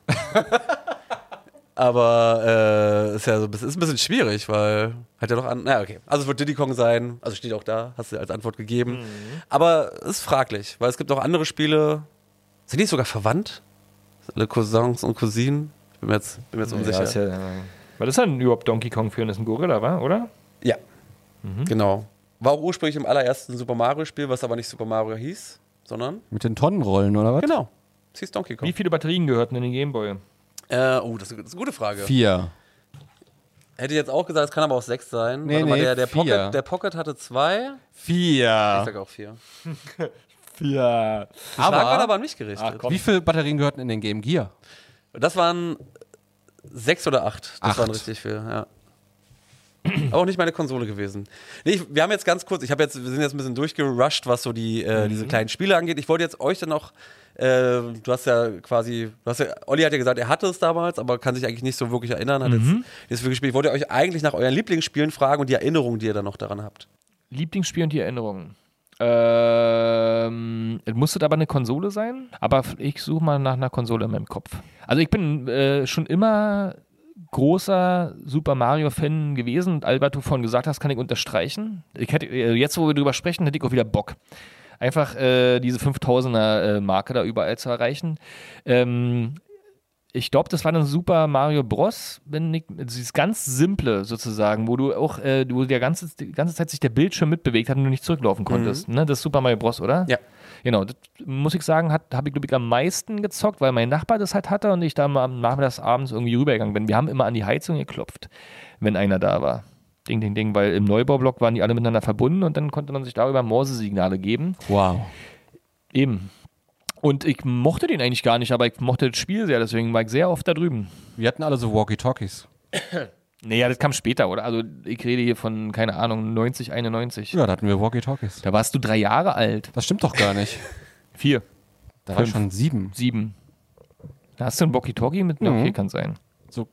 [SPEAKER 3] aber äh, ist ja so, ein bisschen- ist ein bisschen schwierig, weil hat ja doch an. Na, okay. Also es wird Diddy Kong sein, also steht auch da, hast du als Antwort gegeben. Aber ist fraglich, weil es gibt auch andere Spiele. Sind die sogar verwandt? Sind Alle Cousins und Cousinen? Ich bin mir jetzt, bin mir jetzt unsicher.
[SPEAKER 2] ist ja, was ist denn überhaupt Donkey Kong für? Das ist ein Gorilla, wa? oder?
[SPEAKER 3] Ja, genau. War auch ursprünglich im allerersten Super Mario-Spiel, was aber nicht Super Mario hieß, sondern.
[SPEAKER 1] Mit den Tonnenrollen, oder was?
[SPEAKER 3] Genau. Es hieß Donkey
[SPEAKER 2] Wie
[SPEAKER 3] Kong.
[SPEAKER 2] viele Batterien gehörten in den Gameboy?
[SPEAKER 3] Äh, oh, das ist das ist eine gute Frage.
[SPEAKER 1] Vier.
[SPEAKER 3] Hätte ich jetzt auch gesagt, es kann aber auch sechs sein.
[SPEAKER 1] Nee,
[SPEAKER 3] Warte mal,
[SPEAKER 1] nee,
[SPEAKER 3] der, der,
[SPEAKER 1] vier.
[SPEAKER 3] Pocket, der Pocket hatte zwei. Ich
[SPEAKER 1] Vier.
[SPEAKER 3] sag auch vier.
[SPEAKER 2] Ja.
[SPEAKER 3] Aber, Ah, Frage war
[SPEAKER 1] Aber,
[SPEAKER 3] aber an mich gerichtet.
[SPEAKER 2] Ach, komm.
[SPEAKER 1] wie viele Batterien gehörten in den Game Gear?
[SPEAKER 3] das waren sechs oder acht. Das
[SPEAKER 1] Acht.
[SPEAKER 3] waren richtig viel, ja. Aber auch nicht meine Konsole gewesen. Nee, ich, wir haben jetzt ganz kurz, ich habe jetzt, wir sind jetzt ein bisschen durchgerusht, was so die, äh, diese kleinen Spiele angeht. Ich wollte jetzt euch dann auch, äh, du hast ja quasi, du hast ja, Olli hat ja gesagt, er hatte es damals, aber kann sich eigentlich nicht so wirklich erinnern, hat jetzt, jetzt viel gespielt. Ich wollte euch eigentlich nach euren Lieblingsspielen fragen und die Erinnerungen, die ihr dann noch daran habt.
[SPEAKER 2] Lieblingsspiel und die Erinnerungen. Ähm, es muss das aber eine Konsole sein, aber ich suche mal nach einer Konsole in meinem Kopf. Also ich bin äh, schon immer großer Super Mario-Fan gewesen und Albert, du vorhin gesagt hast, kann ich unterstreichen. Ich hätte, äh, jetzt, wo wir drüber sprechen, hätte ich auch wieder Bock. Einfach äh, diese 5000er-Marke da überall zu erreichen. Ähm, ich glaube, das war dann Super Mario Bros. Wenn ich, dieses ganz simple sozusagen, wo du auch, äh, du der ganze, die ganze Zeit sich der Bildschirm mitbewegt hat und du nicht zurücklaufen konntest. Ne? Das ist Super Mario Bros. Oder?
[SPEAKER 3] Ja.
[SPEAKER 2] Genau, das muss ich sagen, habe ich, glaube ich, am meisten gezockt, weil mein Nachbar das halt hatte und ich da mal am Nachmittags abends irgendwie rübergegangen bin. Wir haben immer an die Heizung geklopft, wenn einer da war. Ding, ding, ding, weil im Neubaublock waren die alle miteinander verbunden und dann konnte man sich darüber Morsesignale geben.
[SPEAKER 1] Wow.
[SPEAKER 2] Eben. Und ich mochte den eigentlich gar nicht, aber ich mochte das Spiel sehr, deswegen war ich sehr oft da drüben.
[SPEAKER 1] Wir hatten alle so Walkie-Talkies.
[SPEAKER 2] Naja, das kam später, oder? Also ich rede hier von, keine Ahnung, 90, 91.
[SPEAKER 1] Ja, da hatten wir Walkie-Talkies.
[SPEAKER 2] Da warst du drei Jahre alt.
[SPEAKER 1] Das stimmt doch gar nicht.
[SPEAKER 2] Vier,
[SPEAKER 1] Da waren
[SPEAKER 2] Fünf.
[SPEAKER 1] schon sieben.
[SPEAKER 2] sieben. Da hast du ein Walkie-Talkie mit? Mhm. Okay, kann sein.
[SPEAKER 1] So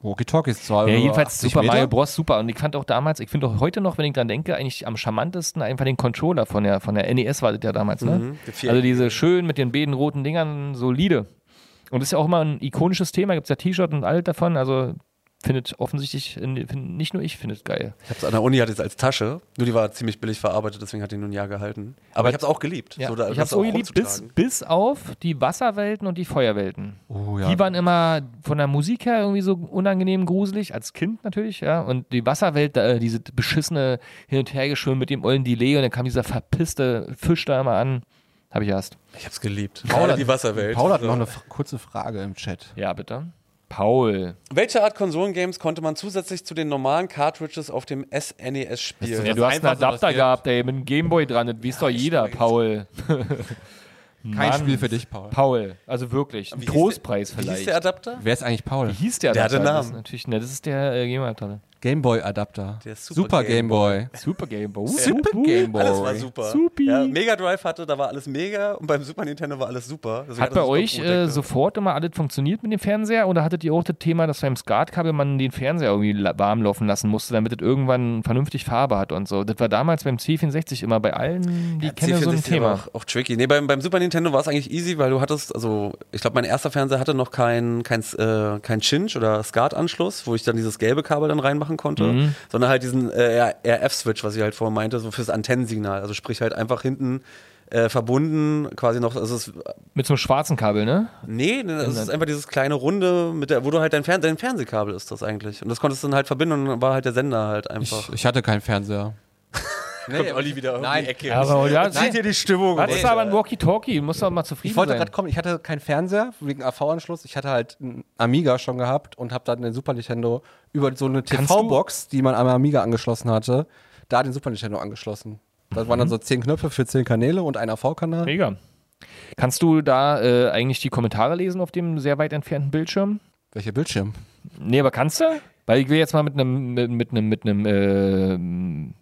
[SPEAKER 1] Walkie-Talkies zwar.
[SPEAKER 2] Ja,
[SPEAKER 3] Also
[SPEAKER 1] über
[SPEAKER 2] jedenfalls
[SPEAKER 1] 80
[SPEAKER 2] Super
[SPEAKER 1] Meter.
[SPEAKER 2] Mario Bros. super. Und ich fand auch damals, ich finde auch heute noch, wenn ich dran denke, eigentlich am charmantesten einfach den Controller von der, von der NES war das ja damals, ne?
[SPEAKER 3] Mhm, der viereckige.
[SPEAKER 2] Also diese schön mit den beiden roten Dingern, solide. Und das ist ja auch immer ein ikonisches Thema, gibt es ja T-Shirt und alles davon, also findet offensichtlich, in- find, nicht nur ich findet geil.
[SPEAKER 3] Ich hab's an der Uni hatte es als Tasche, nur die war ziemlich billig verarbeitet, deswegen hat die nun ein Jahr gehalten. Aber ich hab's auch geliebt.
[SPEAKER 2] Ja,
[SPEAKER 3] so,
[SPEAKER 2] ich
[SPEAKER 3] da- das
[SPEAKER 2] habe so
[SPEAKER 3] auch
[SPEAKER 2] geliebt, bis,
[SPEAKER 3] rumzutragen.
[SPEAKER 2] bis auf die Wasserwelten und die Feuerwelten.
[SPEAKER 1] Oh, ja.
[SPEAKER 2] Die waren immer von der Musik her irgendwie so unangenehm gruselig, als Kind natürlich, ja. Und die Wasserwelt, da, äh, diese beschissene Hin- und Hergeschwimmen mit dem ollen Delay und dann kam dieser verpisste Fisch da immer an. Hab ich erst.
[SPEAKER 3] Ich hab's geliebt. Paul die Wasserwelt. Also,
[SPEAKER 1] Paul hat
[SPEAKER 3] So.
[SPEAKER 1] noch eine f- kurze Frage im Chat.
[SPEAKER 2] Ja, bitte. Paul.
[SPEAKER 3] Welche Art Konsolengames konnte man zusätzlich zu den normalen Cartridges auf dem SNES spielen?
[SPEAKER 2] Ja,
[SPEAKER 1] das
[SPEAKER 2] du hast einen
[SPEAKER 1] Einfachste, was
[SPEAKER 2] Adapter
[SPEAKER 1] geht.
[SPEAKER 2] gehabt, ey, mit einem Gameboy dran, das weiß doch jeder, Paul.
[SPEAKER 1] Kein
[SPEAKER 2] Mann.
[SPEAKER 1] Spiel für dich, Paul.
[SPEAKER 2] Paul, also wirklich, ein
[SPEAKER 3] hieß der-
[SPEAKER 2] Großpreis
[SPEAKER 3] Wie hieß
[SPEAKER 2] vielleicht.
[SPEAKER 3] der Adapter?
[SPEAKER 1] Wer ist eigentlich Paul?
[SPEAKER 2] Wie hieß der
[SPEAKER 3] Der hatte
[SPEAKER 2] Adapter?
[SPEAKER 3] Namen.
[SPEAKER 2] Das ist natürlich, ne, das ist der äh, Gameboy-Adapter.
[SPEAKER 1] Gameboy-Adapter.
[SPEAKER 3] Der
[SPEAKER 1] Super,
[SPEAKER 3] Super
[SPEAKER 1] Gameboy.
[SPEAKER 2] Super Gameboy.
[SPEAKER 1] Super Gameboy.
[SPEAKER 3] Alles war super.
[SPEAKER 2] Supi.
[SPEAKER 3] Ja, Mega Drive hatte, da war alles mega und beim Super Nintendo war alles super. Deswegen
[SPEAKER 2] Hat
[SPEAKER 3] das
[SPEAKER 2] bei
[SPEAKER 3] super
[SPEAKER 2] euch
[SPEAKER 3] gut ne?
[SPEAKER 2] äh,
[SPEAKER 3] gedeckt.
[SPEAKER 2] sofort immer alles funktioniert mit dem Fernseher oder hattet ihr auch das Thema, dass beim Skatkabel man den Fernseher irgendwie la- warm laufen lassen musste, damit es irgendwann vernünftig Farbe hat und so? Das war damals beim C64 immer bei allen, die
[SPEAKER 3] Ja,
[SPEAKER 2] kennen so ein
[SPEAKER 3] C64 war
[SPEAKER 2] Thema.
[SPEAKER 3] Auch, auch tricky. Nee, beim, beim Super Nintendo war es eigentlich easy, weil du hattest, also ich glaube, mein erster Fernseher hatte noch kein, kein, äh, kein Cinch oder SCART-Anschluss, wo ich dann dieses gelbe Kabel dann reinmachen konnte, sondern halt diesen äh, RF-Switch, was ich halt vorher meinte, so fürs Antennensignal. Also sprich halt einfach hinten äh, verbunden, quasi noch, also es
[SPEAKER 2] Mit so einem schwarzen Kabel, ne?
[SPEAKER 3] Nee, nee, das ist einfach dieses kleine Runde, mit der, wo du halt dein, Fern dein Fernsehkabel ist das eigentlich. Und das konntest du dann halt verbinden und dann war halt der Sender halt einfach.
[SPEAKER 1] *laughs* Ich, ich hatte keinen *laughs* Fernseher.
[SPEAKER 3] Kommt Olli wieder um
[SPEAKER 1] Nein.
[SPEAKER 3] Ecke.
[SPEAKER 2] Aber ja,
[SPEAKER 3] Zieht dir die Stimmung.
[SPEAKER 2] das ist
[SPEAKER 3] runter.
[SPEAKER 2] aber ein Walkie-Talkie, du musst doch mal zufrieden
[SPEAKER 1] Ich wollte
[SPEAKER 2] sein.
[SPEAKER 1] gerade kommen, ich hatte keinen Fernseher wegen AV-Anschluss. Ich hatte halt einen Amiga schon gehabt und habe dann den Super Nintendo über so eine
[SPEAKER 2] Kannst
[SPEAKER 1] TV-Box, die man am Amiga angeschlossen hatte, da den Super Nintendo angeschlossen. Da waren dann so zehn Knöpfe für zehn Kanäle und ein AV-Kanal.
[SPEAKER 2] Mega. Kannst du da äh, eigentlich die Kommentare lesen auf dem sehr weit entfernten Bildschirm?
[SPEAKER 1] Welcher Bildschirm?
[SPEAKER 2] Nee, aber kannst du? Weil ich will jetzt mal mit einem, mit mit einem, mit einem, ähm,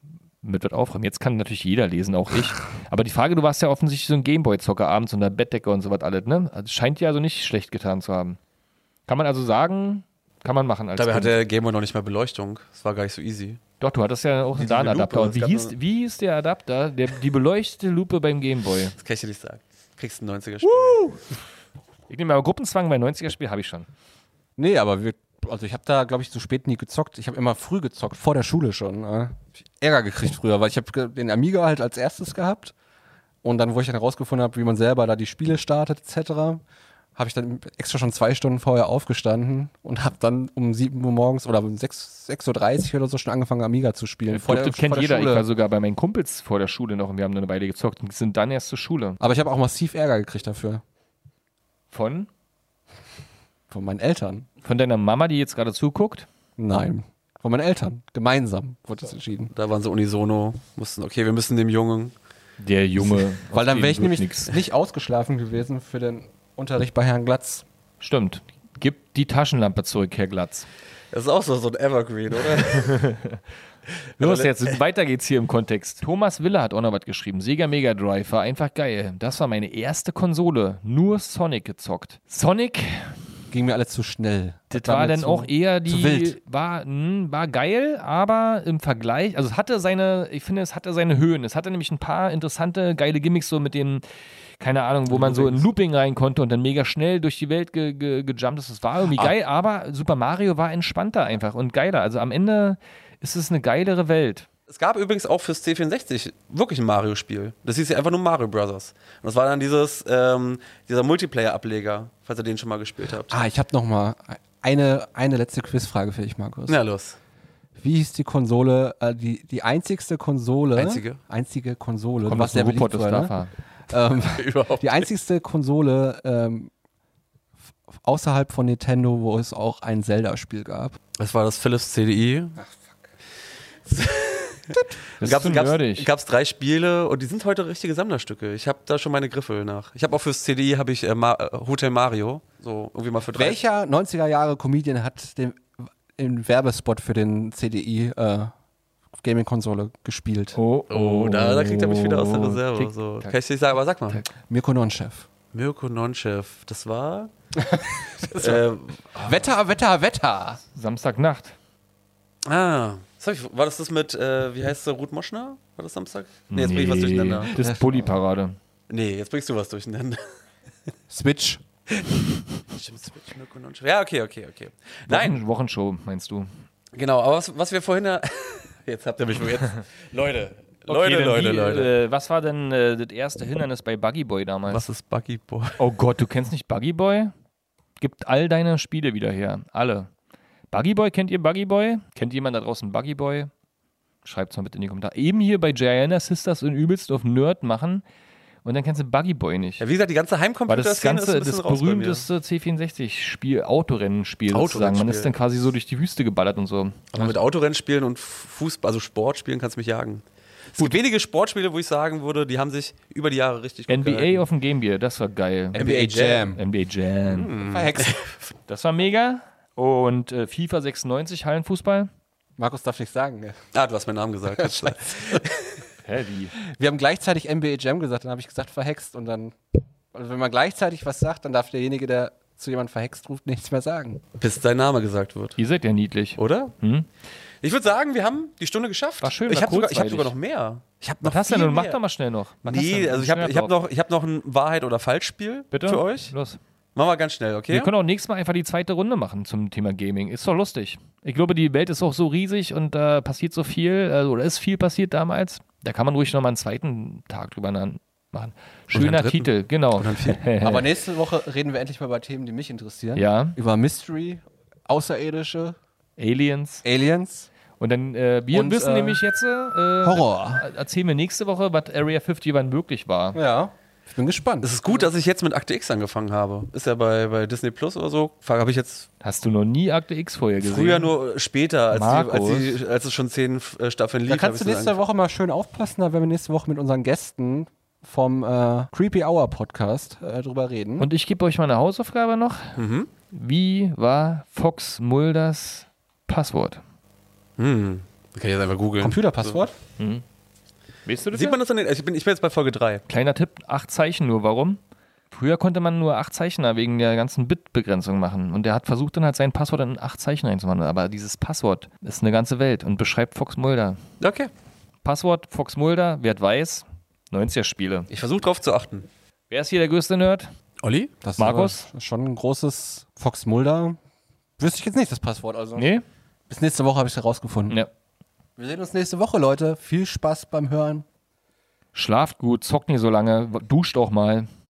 [SPEAKER 2] mit was aufräumen. Jetzt kann natürlich jeder lesen, auch ich. Aber die Frage, du warst ja offensichtlich so ein Gameboy-Zocker abends unter Bettdecke und sowas alles, ne? Also scheint dir also nicht schlecht getan zu haben. Kann man also sagen, kann man machen als
[SPEAKER 3] Dabei
[SPEAKER 2] Kind.
[SPEAKER 3] hatte der Game Boy noch nicht mal Beleuchtung. Das war gar nicht so easy.
[SPEAKER 2] Doch, du hattest ja auch einen
[SPEAKER 3] diese
[SPEAKER 2] LAN-Adapter.
[SPEAKER 3] Lupe,
[SPEAKER 2] Und wie
[SPEAKER 3] es gab
[SPEAKER 2] hieß,
[SPEAKER 3] nur-
[SPEAKER 2] wie hieß der Adapter? Der, die beleuchtete Lupe beim Gameboy.
[SPEAKER 3] Das kann ich dir nicht sagen. Kriegst ein 90er-Spiel.
[SPEAKER 2] Ich nehme aber Gruppenzwang bei 90er-Spiel habe ich schon.
[SPEAKER 1] Nee, aber wir, also ich habe da, glaube ich, zu spät nie gezockt. Ich habe immer früh gezockt, vor der Schule schon. Äh. Ich hab Ärger gekriegt früher, weil ich habe den Amiga halt als erstes gehabt. Und dann, wo ich dann herausgefunden habe, wie man selber da die Spiele startet, etc., habe ich dann extra schon zwei Stunden vorher aufgestanden und habe dann um 7 Uhr morgens oder um 6 6.30 Uhr oder so schon angefangen, Amiga zu spielen.
[SPEAKER 2] Ich glaub, das kennt jeder. Ich
[SPEAKER 1] Schule.
[SPEAKER 2] war sogar bei meinen Kumpels vor der Schule noch und wir haben eine Weile gezockt und sind dann erst zur Schule.
[SPEAKER 1] Aber ich habe auch massiv Ärger gekriegt dafür.
[SPEAKER 2] Von?
[SPEAKER 1] Von meinen Eltern.
[SPEAKER 2] Von deiner Mama, die jetzt gerade zuguckt?
[SPEAKER 1] Nein. Von meinen Eltern. Gemeinsam wurde das entschieden.
[SPEAKER 3] Da waren sie unisono, mussten, okay, wir müssen dem Jungen.
[SPEAKER 2] Der Junge. *laughs*
[SPEAKER 1] Weil dann wäre ich nämlich
[SPEAKER 2] eh Nix.
[SPEAKER 1] nicht ausgeschlafen gewesen für den Unterricht bei Herrn Glatz.
[SPEAKER 2] Stimmt. Gib die Taschenlampe zurück, Herr Glatz.
[SPEAKER 3] Das ist auch so, so ein Evergreen, oder?
[SPEAKER 2] Los jetzt, weiter geht's hier im Kontext. Also, Thomas Wille hat auch noch was geschrieben. Sega Mega Drive war einfach geil. Das war meine erste Konsole. Nur Sonic gezockt. Sonic,
[SPEAKER 1] Ging mir alles zu schnell.
[SPEAKER 2] das
[SPEAKER 1] mir
[SPEAKER 2] war dann
[SPEAKER 1] zu-
[SPEAKER 2] auch eher die.
[SPEAKER 1] zu wild.
[SPEAKER 2] War, hm, war geil, aber im Vergleich, also es hatte seine, ich finde, es hatte seine Höhen. Es hatte nämlich ein paar interessante, geile Gimmicks, so mit dem, keine Ahnung, wo man so in Looping rein konnte und dann mega schnell durch die Welt ge, ge, gejumpt ist. Das war
[SPEAKER 3] Ah.
[SPEAKER 2] irgendwie geil, aber Super Mario war entspannter einfach und geiler. Also am Ende ist es eine geilere Welt.
[SPEAKER 3] *laughs* Es gab übrigens auch fürs C64 wirklich ein Mario-Spiel. Das hieß ja einfach nur Mario Brothers. Und das war dann dieses, ähm, dieser Multiplayer-Ableger, falls ihr den schon mal gespielt habt.
[SPEAKER 1] Ah, ich habe noch mal eine, eine letzte Quizfrage für dich, Markus.
[SPEAKER 3] Na los.
[SPEAKER 1] Wie hieß die Konsole, äh, die, die einzigste Konsole?
[SPEAKER 3] Einzige?
[SPEAKER 1] Einzige Konsole.
[SPEAKER 2] Kommt
[SPEAKER 1] was
[SPEAKER 2] aus dem
[SPEAKER 1] beliebt
[SPEAKER 2] Ruhrpott, das
[SPEAKER 1] war,
[SPEAKER 2] darf er. *laughs*
[SPEAKER 1] Ähm,
[SPEAKER 3] Überhaupt.
[SPEAKER 1] die einzigste Konsole ähm, f- außerhalb von Nintendo, wo es auch ein Zelda-Spiel gab.
[SPEAKER 3] Das war das Philips CDI.
[SPEAKER 2] Das
[SPEAKER 3] Gab
[SPEAKER 2] ist zu nerdig.
[SPEAKER 3] es gab's drei Spiele und die sind heute richtige Sammlerstücke. Ich habe da schon meine Griffel nach. Ich habe auch fürs CDI habe ich äh, Ma äh, Hotel Mario, so irgendwie mal für drei.
[SPEAKER 1] Welcher 90er Jahre Comedian hat den, den Werbespot für den CDI äh, Gaming-Konsole gespielt?
[SPEAKER 2] oh,
[SPEAKER 3] Oh, da, da kriegt er mich wieder aus der Reserve.
[SPEAKER 2] Tick,
[SPEAKER 3] so.
[SPEAKER 2] tack.
[SPEAKER 3] Kann ich nicht sagen, aber sag mal.
[SPEAKER 1] Mirko Nonchef.
[SPEAKER 3] Mirko Nonchef, das *laughs* war. ähm,
[SPEAKER 1] Wetter, Wetter, Wetter.
[SPEAKER 2] Samstagnacht.
[SPEAKER 3] ah, was hab ich, war das das mit, äh, wie heißt der, Ruth Moschner? War das Samstag? Nee, jetzt bring ich was durcheinander.
[SPEAKER 2] Das ist Bulli-Parade.
[SPEAKER 3] Nee, jetzt bringst du was *laughs* durcheinander.
[SPEAKER 1] Switch.
[SPEAKER 3] Stimmt, Switch, Mirko Nonchef. Ja, okay, okay, okay. Nein,
[SPEAKER 2] Wochen- Wochenshow, meinst du?
[SPEAKER 3] Genau, aber was, was wir vorhin. *laughs* ja- Jetzt habt ihr mich. Jetzt. Leute, Leute,
[SPEAKER 2] Okay, dann
[SPEAKER 3] Leute,
[SPEAKER 2] wie,
[SPEAKER 3] Leute.
[SPEAKER 2] Äh, was war denn äh, das erste Hindernis bei Buggy Boy damals?
[SPEAKER 3] Was ist Buggy Boy?
[SPEAKER 2] Oh Gott, du kennst nicht Buggy Boy? Gibt all deine Spiele wieder her. Alle. Buggy Boy, kennt ihr Buggy Boy? Kennt jemand da draußen Buggy Boy? Schreibt's mal bitte in die Kommentare. Eben hier bei Gianna Sisters und übelst auf Nerd machen und dann kennst du Buggy Boy nicht.
[SPEAKER 3] Ja, wie gesagt, die ganze
[SPEAKER 2] War
[SPEAKER 3] Heimcomputer
[SPEAKER 2] das ganze, das berühmteste C64-Spiel, Autorennenspiel sozusagen. Man
[SPEAKER 3] Autorennspiel.
[SPEAKER 2] ist dann quasi so durch die Wüste geballert und so.
[SPEAKER 3] Aber mit Autorennspielen und Fußball, also Sportspielen kannst du mich jagen. Es gibt wenige Sportspiele, wo ich sagen würde, die haben sich über die Jahre richtig gut
[SPEAKER 2] NBA
[SPEAKER 3] gehalten.
[SPEAKER 2] auf dem Game Gear, das war geil.
[SPEAKER 3] NBA Jam.
[SPEAKER 2] NBA Jam.
[SPEAKER 1] Verhext.
[SPEAKER 2] Das war mega. Und äh, FIFA 96, Hallenfußball.
[SPEAKER 1] *laughs* Markus darf nichts sagen.
[SPEAKER 3] Ah, du hast meinen
[SPEAKER 2] *laughs*
[SPEAKER 3] Namen gesagt. Jetzt
[SPEAKER 2] Heavy.
[SPEAKER 1] Wir haben gleichzeitig NBA Jam gesagt, dann habe ich gesagt verhext und dann, also wenn man gleichzeitig was sagt, dann darf derjenige, der zu jemandem verhext ruft, nichts mehr sagen.
[SPEAKER 3] Bis dein Name gesagt wird.
[SPEAKER 2] Ihr seid ja niedlich.
[SPEAKER 3] Oder?
[SPEAKER 2] Hm?
[SPEAKER 3] Ich würde sagen, wir haben die Stunde geschafft.
[SPEAKER 2] War schön,
[SPEAKER 3] ich
[SPEAKER 2] war
[SPEAKER 3] habe sogar, ich hab
[SPEAKER 2] kurzweilig.
[SPEAKER 3] sogar noch mehr. Ich habe noch
[SPEAKER 2] Was hast du denn?
[SPEAKER 3] viel
[SPEAKER 2] nun? Mach
[SPEAKER 3] mehr.
[SPEAKER 2] doch mal schnell noch. Was hast du
[SPEAKER 3] Nee,
[SPEAKER 2] denn?
[SPEAKER 3] also ich habe
[SPEAKER 2] Schneller
[SPEAKER 3] ich hab
[SPEAKER 2] drauf.
[SPEAKER 3] noch, ich hab noch ein Wahrheit- oder Falschspiel
[SPEAKER 2] Bitte?
[SPEAKER 3] für euch.
[SPEAKER 2] Los.
[SPEAKER 3] Machen wir ganz schnell, okay?
[SPEAKER 2] Wir können auch nächstes Mal einfach die zweite Runde machen zum Thema Gaming. Ist doch lustig. Ich glaube, die Welt ist auch so riesig und da passiert so viel, also, oder ist viel passiert damals. Da kann man ruhig nochmal einen zweiten Tag drüber na- machen. Schöner
[SPEAKER 3] dritten.
[SPEAKER 2] Titel, genau.
[SPEAKER 1] Aber nächste Woche reden wir endlich mal über Themen, die mich interessieren.
[SPEAKER 2] Ja.
[SPEAKER 1] Über Mystery, Außerirdische,
[SPEAKER 2] *laughs* Aliens.
[SPEAKER 1] Aliens,
[SPEAKER 2] Und dann, äh, wir
[SPEAKER 1] Und,
[SPEAKER 2] wissen
[SPEAKER 1] äh,
[SPEAKER 2] nämlich jetzt, äh,
[SPEAKER 1] Horror.
[SPEAKER 2] äh, erzählen wir nächste Woche, was Area 51 wann wirklich war.
[SPEAKER 1] Ja, ich bin
[SPEAKER 3] Es
[SPEAKER 1] gespannt.
[SPEAKER 3] ist gut, dass ich jetzt mit Akte X angefangen habe. Ist ja bei, bei Disney Plus oder so. Habe ich jetzt
[SPEAKER 2] Hast du noch nie Akte X vorher gesehen?
[SPEAKER 3] früher nur äh, später, als, die, als,
[SPEAKER 2] Markus.
[SPEAKER 3] die, als es schon zehn äh, Staffeln lief.
[SPEAKER 1] Da
[SPEAKER 3] hab
[SPEAKER 1] kannst du
[SPEAKER 3] ich's
[SPEAKER 1] nächste
[SPEAKER 3] dann-
[SPEAKER 1] Woche mal schön aufpassen, da werden wir nächste Woche mit unseren Gästen vom äh, Creepy Hour Podcast äh, drüber reden.
[SPEAKER 2] Und ich gebe euch meine Hausaufgabe noch. Wie war Fox Mulders Passwort?
[SPEAKER 3] Hm. Kann ich jetzt einfach googeln.
[SPEAKER 1] Computerpasswort?
[SPEAKER 2] Weißt du
[SPEAKER 3] So. Sieht man das an den. Ich bin, ich bin jetzt bei Folge 3.
[SPEAKER 2] Kleiner Tipp, acht Zeichen nur. Warum? Früher konnte man nur acht Zeichner wegen der ganzen Bit-Begrenzung machen. Und der hat versucht, dann halt sein Passwort in acht Zeichen einzuwandeln. Aber dieses Passwort ist eine ganze Welt und beschreibt Fox Mulder.
[SPEAKER 3] Okay.
[SPEAKER 2] Passwort Fox Mulder, wer hat weiß, 90er-Spiele.
[SPEAKER 3] Ich versuche drauf zu achten.
[SPEAKER 2] Wer ist hier der größte Nerd?
[SPEAKER 3] Olli?
[SPEAKER 1] Das ist
[SPEAKER 2] Markus?
[SPEAKER 1] aber schon ein großes Fox Mulder. Wüsste ich jetzt nicht das Passwort. Also
[SPEAKER 2] Nee?
[SPEAKER 1] bis nächste Woche habe ich es herausgefunden.
[SPEAKER 2] Ja.
[SPEAKER 1] Wir sehen uns nächste Woche, Leute. Viel Spaß beim Hören.
[SPEAKER 2] Schlaft gut, zockt nicht so lange, w- duscht auch mal.